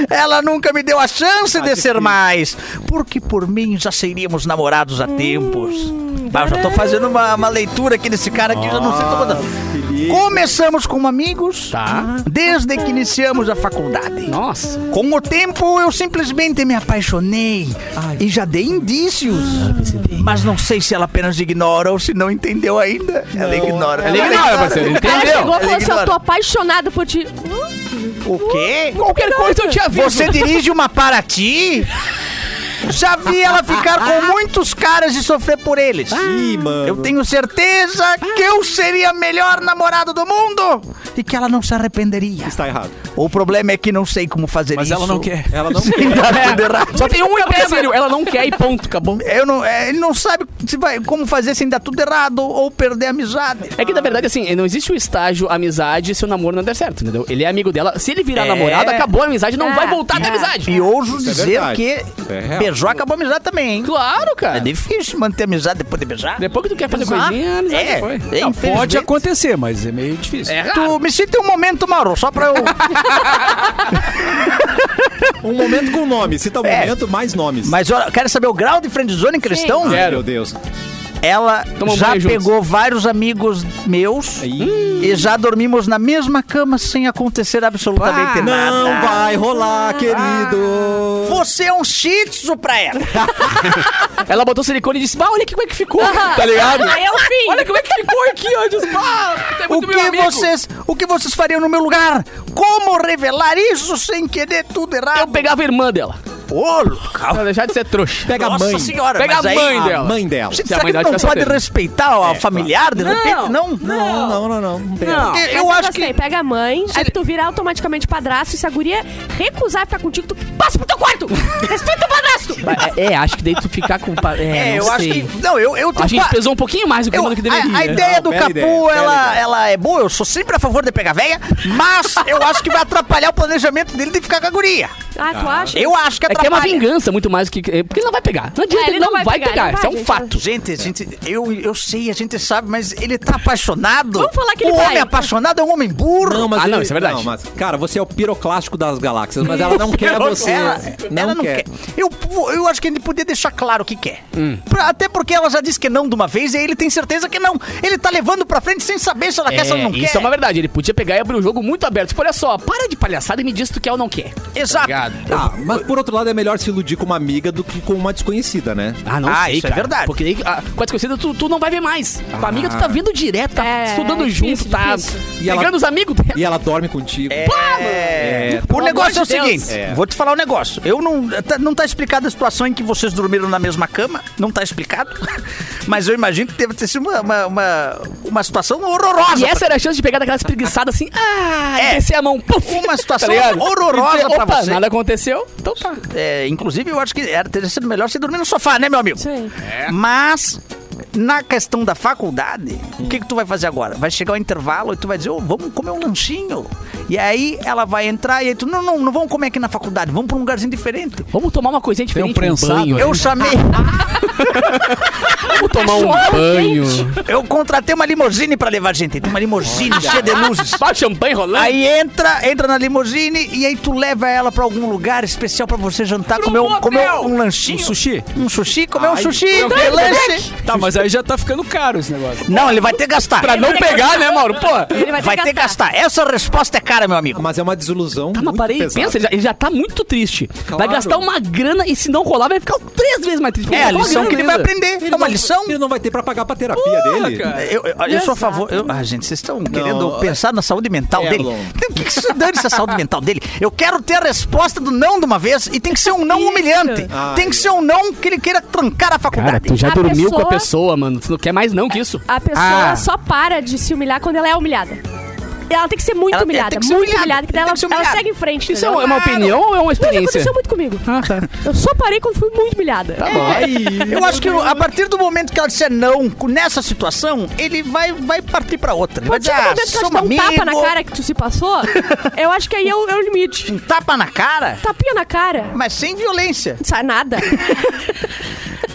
Speaker 1: Ela nunca me deu a chance de
Speaker 2: difícil.
Speaker 1: ser mais. Porque por mim já seríamos namorados há tempos. Ah, eu já tô fazendo uma, uma leitura aqui desse cara aqui, já não sei toda. Começamos como amigos,
Speaker 3: Tá.
Speaker 1: desde que iniciamos a faculdade.
Speaker 3: Nossa.
Speaker 1: Com o tempo, eu simplesmente me apaixonei e já dei indícios. Mas não sei se ela apenas ignora ou se não entendeu ainda. Ela ignora.
Speaker 4: Ela ignora, parceiro,
Speaker 5: O cara
Speaker 4: entendeu?
Speaker 5: chegou e falou
Speaker 1: Ele
Speaker 5: assim: eu
Speaker 1: ignora.
Speaker 5: tô apaixonado por ti. Hum,
Speaker 1: O quê?
Speaker 3: Qualquer coisa eu te aviso.
Speaker 1: Você dirige uma Paraty? Já vi ela ficar com muitos caras e sofrer por eles.
Speaker 2: Ih, mano.
Speaker 1: Eu tenho certeza que eu seria a melhor namorado do mundo e que ela não se arrependeria.
Speaker 2: Está errado.
Speaker 1: O problema é que não sei como fazer
Speaker 6: Mas
Speaker 1: isso.
Speaker 6: ela não quer.
Speaker 2: Ela não
Speaker 1: Sem dar tudo errado.
Speaker 3: Só tem um e-mail, sério. Ela não quer e ponto, acabou.
Speaker 1: Eu não, é, ele não sabe se vai, como fazer sem dar tudo errado ou perder a amizade.
Speaker 3: É que, na verdade, assim, não existe o estágio amizade se o namoro não der certo, entendeu? Ele é amigo dela. Se ele virar
Speaker 1: É.
Speaker 3: namorado, acabou a amizade, não
Speaker 5: É.
Speaker 3: vai voltar da
Speaker 5: É.
Speaker 3: amizade.
Speaker 1: E ouso
Speaker 2: Isso é
Speaker 1: dizer
Speaker 2: verdade.
Speaker 1: que
Speaker 2: É real.
Speaker 1: beijou acabou a amizade também, hein?
Speaker 3: Claro,
Speaker 1: É
Speaker 3: cara.
Speaker 1: difícil manter a amizade depois de beijar.
Speaker 3: Depois que tu quer fazer
Speaker 1: Exato.
Speaker 3: coisinha, a amizade
Speaker 1: É,
Speaker 3: foi.
Speaker 1: é,
Speaker 6: Não, pode
Speaker 1: infelizmente.
Speaker 6: acontecer, mas é meio difícil.
Speaker 3: É raro.
Speaker 1: Tu me cita um momento, Mauro, só pra eu.
Speaker 2: Um momento com nome. Cita um
Speaker 1: É.
Speaker 2: momento, mais nomes.
Speaker 1: Mas olha, quero saber o grau de friendzone que eles
Speaker 5: Sim.
Speaker 1: estão.
Speaker 2: Ai, meu Deus.
Speaker 1: Ela
Speaker 3: Tomam
Speaker 1: já
Speaker 3: banho juntos.
Speaker 1: pegou vários amigos meus
Speaker 2: Ih.
Speaker 1: e já dormimos na mesma cama sem acontecer absolutamente nada.
Speaker 2: Não vai rolar, querido.
Speaker 1: Você é um shih tzu pra ela.
Speaker 3: Ela botou silicone e disse, bah, olha aqui como é que ficou.
Speaker 5: Tá
Speaker 3: ligado?
Speaker 5: Aí é o fim.
Speaker 3: Olha como é que ficou aqui, ó. Eu disse, bah, tu é
Speaker 1: O
Speaker 3: muito meu
Speaker 1: que,
Speaker 3: amigo.
Speaker 1: vocês, o que vocês fariam no meu lugar? Como revelar isso sem querer tudo
Speaker 3: Eu
Speaker 1: errado?
Speaker 3: pegava a irmã dela.
Speaker 1: Ô,
Speaker 3: Pra
Speaker 1: Lucas.
Speaker 3: deixar de ser trouxa.
Speaker 2: Pega a
Speaker 1: Nossa
Speaker 2: mãe.
Speaker 1: senhora,
Speaker 3: Pega
Speaker 1: mas
Speaker 3: a
Speaker 1: aí-
Speaker 3: mãe
Speaker 2: A
Speaker 3: dela.
Speaker 2: mãe dela.
Speaker 1: Gente,
Speaker 3: Se a
Speaker 1: será
Speaker 3: mãe
Speaker 1: que
Speaker 3: dela
Speaker 1: não
Speaker 3: tivesse É, tá.
Speaker 1: pode
Speaker 3: solteira.
Speaker 1: respeitar a familiar, de repente? Não.
Speaker 2: Não, não, não, não. não.
Speaker 3: Não.
Speaker 1: Eu-
Speaker 5: Mas é assim.
Speaker 1: Eu acho
Speaker 5: gostei.
Speaker 1: que.
Speaker 5: Pega a mãe, aí tu virar automaticamente padrasto e se a guria recusar ficar contigo, tu passa pro teu quarto! Respeita o padrasto!
Speaker 3: É, é, acho que daí tu ficar com... pa- É,
Speaker 1: É,
Speaker 3: não
Speaker 1: eu acho
Speaker 3: sei.
Speaker 1: que. Não, eu, eu
Speaker 3: A
Speaker 1: tenho
Speaker 3: gente
Speaker 1: pa-
Speaker 3: pesou um pouquinho mais do que,
Speaker 1: Eu-
Speaker 3: do que deveria. né?
Speaker 1: a, a ideia
Speaker 2: Não,
Speaker 1: do
Speaker 2: bela
Speaker 1: Capu,
Speaker 2: ideia, bela
Speaker 1: ela,
Speaker 2: ideia.
Speaker 1: ela é boa, eu sou sempre a favor de pegar véia, mas eu acho que vai atrapalhar o planejamento dele de ficar com a guria.
Speaker 5: Ah, tu acha?
Speaker 1: Eu acho que
Speaker 3: É que é uma
Speaker 1: atrapalha.
Speaker 3: vingança muito mais do que. é, Porque ele não vai pegar. Não adianta,
Speaker 5: É,
Speaker 3: ele não, vai, pegar.
Speaker 5: ele não
Speaker 3: Isso é
Speaker 5: vai,
Speaker 3: um
Speaker 5: gente.
Speaker 3: fato.
Speaker 1: Gente, gente, eu, eu sei, a gente sabe, mas ele tá apaixonado.
Speaker 5: Vamos falar que ele
Speaker 1: O
Speaker 5: vai.
Speaker 1: homem apaixonado é um homem burro.
Speaker 2: Não, mas
Speaker 3: Ah, não,
Speaker 2: ele-
Speaker 3: isso é verdade.
Speaker 2: Não, mas, cara, você é o piroclástico das galáxias, mas ela não quer você.
Speaker 1: Ela,
Speaker 2: não,
Speaker 1: ela
Speaker 2: quer.
Speaker 1: Eu, eu acho que ele podia deixar claro que quer.
Speaker 3: Hum.
Speaker 1: Pra- até porque ela já disse que não de uma vez e ele tem certeza que não. Ele tá levando pra frente sem saber se ela quer, se ela não
Speaker 3: isso
Speaker 1: quer.
Speaker 3: é uma verdade. Ele podia pegar e abrir o jogo muito aberto. Tipo, olha só, para de palhaçada e me diz se tu quer ou não quer.
Speaker 1: Exato.
Speaker 2: Tá, mas por outro lado é melhor se iludir com uma amiga do que com uma desconhecida, né?
Speaker 3: Ah, não
Speaker 1: Ah,
Speaker 3: sei,
Speaker 1: isso é
Speaker 3: cara.
Speaker 1: verdade.
Speaker 3: Porque daí, ah, com a desconhecida, tu, tu não vai ver mais. Com a amiga, tu tá vindo direto, tá
Speaker 5: É,
Speaker 3: estudando
Speaker 5: é
Speaker 3: junto,
Speaker 5: difícil,
Speaker 3: tá
Speaker 5: difícil.
Speaker 2: E ela-
Speaker 3: pegando os amigos dela.
Speaker 2: E ela dorme contigo.
Speaker 1: É,
Speaker 2: É,
Speaker 1: o
Speaker 3: pelo
Speaker 1: negócio é o
Speaker 3: amor de Deus.
Speaker 1: seguinte,
Speaker 2: É.
Speaker 1: vou te falar um negócio. Eu não tá- não tá explicada a situação em que vocês dormiram na mesma cama, não tá explicado. Mas eu imagino que deve ter sido uma uma, uma, uma situação horrorosa.
Speaker 3: E essa era a chance de pegar daquela espreguiçada assim, ah,
Speaker 1: É.
Speaker 3: é. descer a mão, puf.
Speaker 1: Uma situação
Speaker 3: ligado?
Speaker 1: horrorosa
Speaker 3: E dizer,
Speaker 1: pra
Speaker 3: Opa,
Speaker 1: você."
Speaker 3: nada aconteceu, então tá.
Speaker 1: É, inclusive eu acho que era teria sido melhor você dormir no sofá, né, meu amigo?
Speaker 5: Sim.
Speaker 1: Mas na questão da faculdade, o que que tu vai fazer agora? Vai chegar o intervalo e tu vai dizer, "Ô, vamos comer um lanchinho. E aí ela vai entrar e aí tu, não, não, não vamos comer aqui na faculdade, vamos pra um lugarzinho diferente.
Speaker 3: Vamos tomar uma coisinha
Speaker 6: Tem um
Speaker 3: diferente, um
Speaker 6: prensado.
Speaker 3: banho.
Speaker 1: Eu chamei...
Speaker 3: Vamos tomar um banho.
Speaker 1: Eu contratei uma limusine pra levar a gente. Tem uma limusine cheia de luzes.
Speaker 3: Bate champanhe rolando.
Speaker 1: Aí entra, entra na limusine e aí tu leva ela pra algum lugar especial pra você jantar, comer, um, comer um lanchinho.
Speaker 6: Um sushi?
Speaker 1: Um sushi, comer um
Speaker 2: Ai,
Speaker 1: sushi,
Speaker 2: eu
Speaker 1: comer lanche.
Speaker 6: Tá, mas aí já tá ficando caro esse negócio.
Speaker 1: Não, ele vai ter que gastar.
Speaker 3: Pra não pegar, né, Mauro? Pô.
Speaker 5: Ele vai ter
Speaker 1: Vai ter que gastar. Essa resposta é cara, meu amigo.
Speaker 2: Mas é uma desilusão.
Speaker 3: Tá, mas
Speaker 2: muito
Speaker 3: parei,
Speaker 2: pesada.
Speaker 3: pensa, ele já, ele já tá muito triste. Vai
Speaker 2: Claro.
Speaker 3: gastar uma grana e se não rolar, vai ficar três vezes mais triste.
Speaker 1: É a
Speaker 3: Gastou uma
Speaker 1: lição que ele
Speaker 3: grana
Speaker 1: vai
Speaker 3: ainda.
Speaker 1: aprender. É uma lição. não.
Speaker 2: Ele não vai ter pra pagar pra terapia dele.
Speaker 1: Eu, eu- eu sou a favor. eu- ah, gente, vocês estão querendo pensar na saúde mental
Speaker 2: É,
Speaker 1: dele?
Speaker 2: Lon.
Speaker 1: Tem que se dane essa saúde mental dele. Eu quero ter a resposta do não de uma vez e tem que ser um não
Speaker 5: Isso.
Speaker 1: humilhante.
Speaker 2: Ai,
Speaker 1: tem que ser um não que ele queira trancar
Speaker 3: Cara,
Speaker 1: a faculdade.
Speaker 3: tu já
Speaker 5: A
Speaker 3: dormiu com a
Speaker 5: pessoa-
Speaker 3: pessoa, mano. Tu não quer mais não que isso.
Speaker 5: A pessoa
Speaker 3: Ah.
Speaker 5: só para de se humilhar quando ela é humilhada. Ela tem que ser muito
Speaker 1: Ela tem-
Speaker 5: humilhada.
Speaker 1: tem que ser
Speaker 5: muito
Speaker 1: humilhada,
Speaker 5: humilhada, que daí
Speaker 1: tem
Speaker 5: ela,
Speaker 1: que ser
Speaker 5: ela
Speaker 1: humilhada.
Speaker 5: segue em frente.
Speaker 3: Isso é
Speaker 5: entendeu? Ah,
Speaker 3: uma, é uma opinião ou é uma
Speaker 5: Mas
Speaker 3: experiência?
Speaker 5: aconteceu muito comigo.
Speaker 3: Ah, tá.
Speaker 5: Eu só parei quando fui muito humilhada. É,
Speaker 3: Tá bom.
Speaker 1: Eu acho que a partir do momento que ela disser não com- nessa situação, ele vai, vai partir pra outra. Ele vai
Speaker 5: Mas
Speaker 1: dizer,
Speaker 5: tipo, o
Speaker 1: ah, sou
Speaker 5: momento que ela te dá um
Speaker 1: amigo,
Speaker 5: tapa na cara que tu se passou, eu acho que aí é o, é o limite.
Speaker 1: Um tapa na cara?
Speaker 5: Tapinha na cara,
Speaker 1: Mas sem violência.
Speaker 5: não sai nada.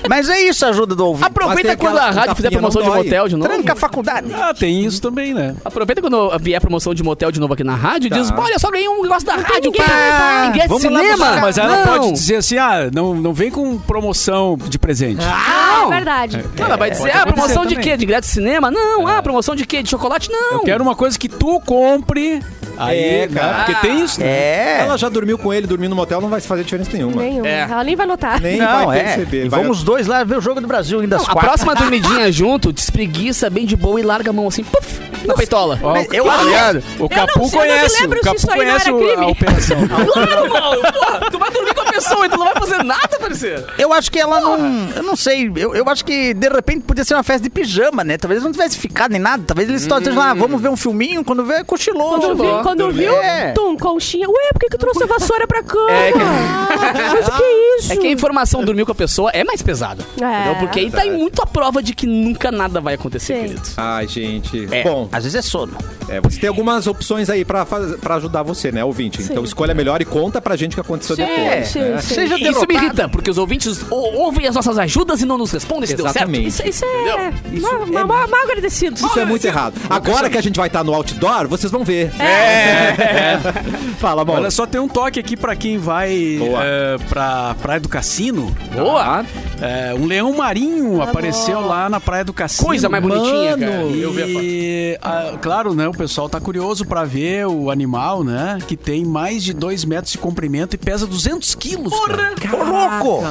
Speaker 1: Mas é isso a ajuda do ouvinte.
Speaker 3: Aproveita
Speaker 2: Mas tem
Speaker 3: quando a
Speaker 2: aquela
Speaker 3: rádio fizer
Speaker 2: tapinha,
Speaker 3: promoção de
Speaker 2: não dói.
Speaker 3: motel de novo.
Speaker 1: Tranca a faculdade.
Speaker 6: Ah, tem isso também, né?
Speaker 3: Aproveita quando vier promoção de motel de novo aqui na rádio e diz: olha, eu só ganhei um negócio da rádio.
Speaker 5: ninguém
Speaker 3: cara.
Speaker 5: pra-
Speaker 3: Ninguém é de
Speaker 2: Vamos lá
Speaker 3: cinema.
Speaker 2: buscar.
Speaker 6: Mas ela
Speaker 3: não.
Speaker 6: pode dizer assim, ah, não, não vem com promoção de presente.
Speaker 5: Ah,
Speaker 3: Não.
Speaker 5: é verdade.
Speaker 3: Não, Ela vai dizer,
Speaker 6: pode
Speaker 3: ah, promoção
Speaker 6: acontecer
Speaker 3: de
Speaker 6: também.
Speaker 3: quê? De ingresso de cinema? Não. Ah, promoção de quê? De chocolate? Não.
Speaker 6: Eu quero uma coisa que tu compre. Aí,
Speaker 2: É,
Speaker 6: né?
Speaker 2: cara.
Speaker 6: Porque tem isso, né?
Speaker 1: É.
Speaker 2: Ela já dormiu com ele, dormiu no motel, não vai fazer diferença
Speaker 3: é.
Speaker 2: nenhuma.
Speaker 5: Nenhum. Ela nem vai notar.
Speaker 2: Nem
Speaker 1: Não,
Speaker 2: vai
Speaker 1: é.
Speaker 2: perceber.
Speaker 1: E
Speaker 2: vai-
Speaker 1: Vamos os dois lá ver o jogo do Brasil ainda às
Speaker 3: A
Speaker 1: quatro.
Speaker 3: próxima dormidinha junto, despreguiça bem de boa e larga a mão assim, puf, na peitola.
Speaker 6: Ó,
Speaker 1: eu
Speaker 6: tá
Speaker 1: acho-
Speaker 6: ligado? O
Speaker 5: não
Speaker 6: Capu
Speaker 5: sei, eu não me
Speaker 6: conhece,
Speaker 5: lembro
Speaker 6: o
Speaker 5: se
Speaker 6: Capu
Speaker 5: isso aí não era
Speaker 6: conhece o-
Speaker 5: crime.
Speaker 6: a operação.
Speaker 3: Claro, mano! Porra, tu vai dormir com a pessoa e tu não vai fazer nada, parceiro.
Speaker 1: Eu acho que ela não. Eu não sei. Eu, eu acho que de repente podia ser uma festa de pijama, né? Talvez não tivesse ficado nem nada. Talvez eles estão lá, ah, vamos ver um filminho. Quando vê, cochilou.
Speaker 5: Quando viu, quando viu
Speaker 1: É.
Speaker 5: tum, conchinha. Ué, por que que eu trouxe a vassoura pra cama? Mas o que é isso?
Speaker 3: É que a informação dormir com a pessoa é mais pesada.
Speaker 5: É.
Speaker 3: Entendeu? Porque aí tá em muito a prova de que nunca nada vai acontecer,
Speaker 5: Sim.
Speaker 3: querido.
Speaker 2: Ai, gente.
Speaker 1: É,
Speaker 2: Bom,
Speaker 1: às vezes é sono.
Speaker 2: é, você tem algumas opções aí pra, faz- pra ajudar você, né, ouvinte? Então escolha melhor e conta pra gente o que aconteceu
Speaker 5: Sim,
Speaker 2: depois.
Speaker 3: É.
Speaker 5: sim, sim.
Speaker 1: Seja
Speaker 3: Isso
Speaker 1: derrotado.
Speaker 3: me irrita, porque os ouvintes ou- ouvem as nossas ajudas e não nos respondem se
Speaker 2: Exatamente.
Speaker 5: Isso, isso é
Speaker 2: Isso
Speaker 5: mal,
Speaker 2: é-
Speaker 5: mal, mal, mal agradecido.
Speaker 2: Isso é muito errado. Agora que a gente vai estar no outdoor, vocês vão ver. É.
Speaker 3: Tá
Speaker 2: Fala, amor.
Speaker 6: Olha só, tem um toque aqui pra quem vai
Speaker 2: Boa.
Speaker 6: é, pra Praia do Cassino.
Speaker 3: deu certo. Boa!
Speaker 6: É, um leão
Speaker 5: Tá
Speaker 6: marinho apareceu lá na Praia do Cassino.
Speaker 3: Coisa mais bonitinha, cara.
Speaker 6: E,
Speaker 3: Eu vi a foto.
Speaker 6: ah, claro, né? O pessoal tá curioso pra ver o animal, né? Que tem mais de 2 metros de comprimento e pesa 200 quilos. Porra!
Speaker 1: Ô, louco!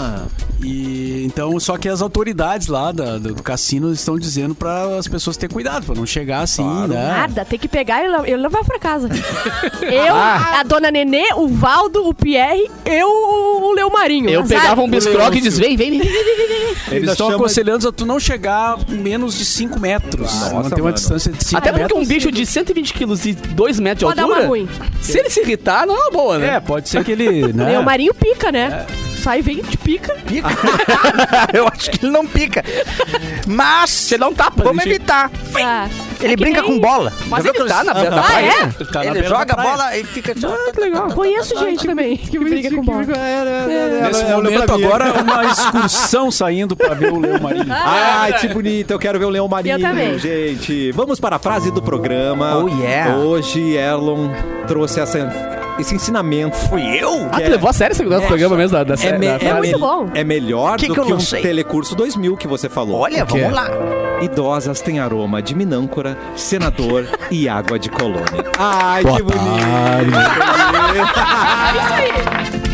Speaker 6: E então, só que as autoridades lá da- do, do cassino estão dizendo pra as pessoas terem cuidado, pra não chegar assim, né?
Speaker 5: É. Nada, tem que pegar e le- e levar pra casa. eu, a dona Nenê, o Valdo, o Pierre, eu, o o Leo Marinho.
Speaker 3: Eu
Speaker 5: Azar.
Speaker 3: pegava um biscroque e diz: vem, vem, vem.
Speaker 6: Eles
Speaker 2: Ainda
Speaker 6: estão
Speaker 2: chama-
Speaker 6: aconselhando a tu não chegar com menos de 5 metros.
Speaker 2: Nossa,
Speaker 6: manter uma
Speaker 2: mano.
Speaker 6: distância de 5
Speaker 3: Até porque
Speaker 6: metros.
Speaker 3: um bicho de 120 quilos e 2 metros de
Speaker 5: Pode dar
Speaker 3: altura.
Speaker 5: uma ruim.
Speaker 3: Se ele se irritar, não é uma boa, né?
Speaker 6: É, pode ser que ele. Né?
Speaker 5: Leo Marinho pica, né? Sai, vem, te pica.
Speaker 1: Pica. eu acho que ele não pica. Mas.
Speaker 3: Você dá um tapa.
Speaker 1: Vamos
Speaker 3: ele
Speaker 1: evitar.
Speaker 5: Ah,
Speaker 1: Ele
Speaker 5: é que
Speaker 1: brinca
Speaker 5: nem-
Speaker 1: com bola.
Speaker 3: Mas
Speaker 1: Já viu
Speaker 3: ele
Speaker 1: aqueles-
Speaker 3: tá na beira da
Speaker 1: Ah,
Speaker 3: praia.
Speaker 1: é?
Speaker 6: Ele tá na
Speaker 1: Ele
Speaker 6: beira
Speaker 1: joga
Speaker 6: da
Speaker 1: a
Speaker 6: praia.
Speaker 1: bola e fica.
Speaker 5: Ah, Conheço gente também que briga com bola.
Speaker 6: Nesse momento agora, é uma excursão saindo pra ver o Leo Marinho.
Speaker 2: Ai, que bonito, eu quero ver o Leão Marinho,
Speaker 5: Eu também.
Speaker 2: gente. Vamos para a frase do programa.
Speaker 1: Oh, yeah.
Speaker 2: Hoje, Erlon trouxe essa- esse ensinamento.
Speaker 1: Fui eu?
Speaker 3: Ah, tu levou a sério esse negócio do programa mesmo da, da
Speaker 1: É
Speaker 3: série?
Speaker 2: É. me-
Speaker 3: da frase?
Speaker 5: muito bom.
Speaker 2: é melhor
Speaker 1: Que
Speaker 2: do
Speaker 1: que eu
Speaker 2: que um
Speaker 1: não sei?
Speaker 2: Telecurso 2000 que é? você falou.
Speaker 1: Olha,
Speaker 2: Porque
Speaker 1: vamos lá.
Speaker 2: Idosas têm aroma de minâncora, senador e água de colônia. Ai, que bonito.
Speaker 5: É isso aí.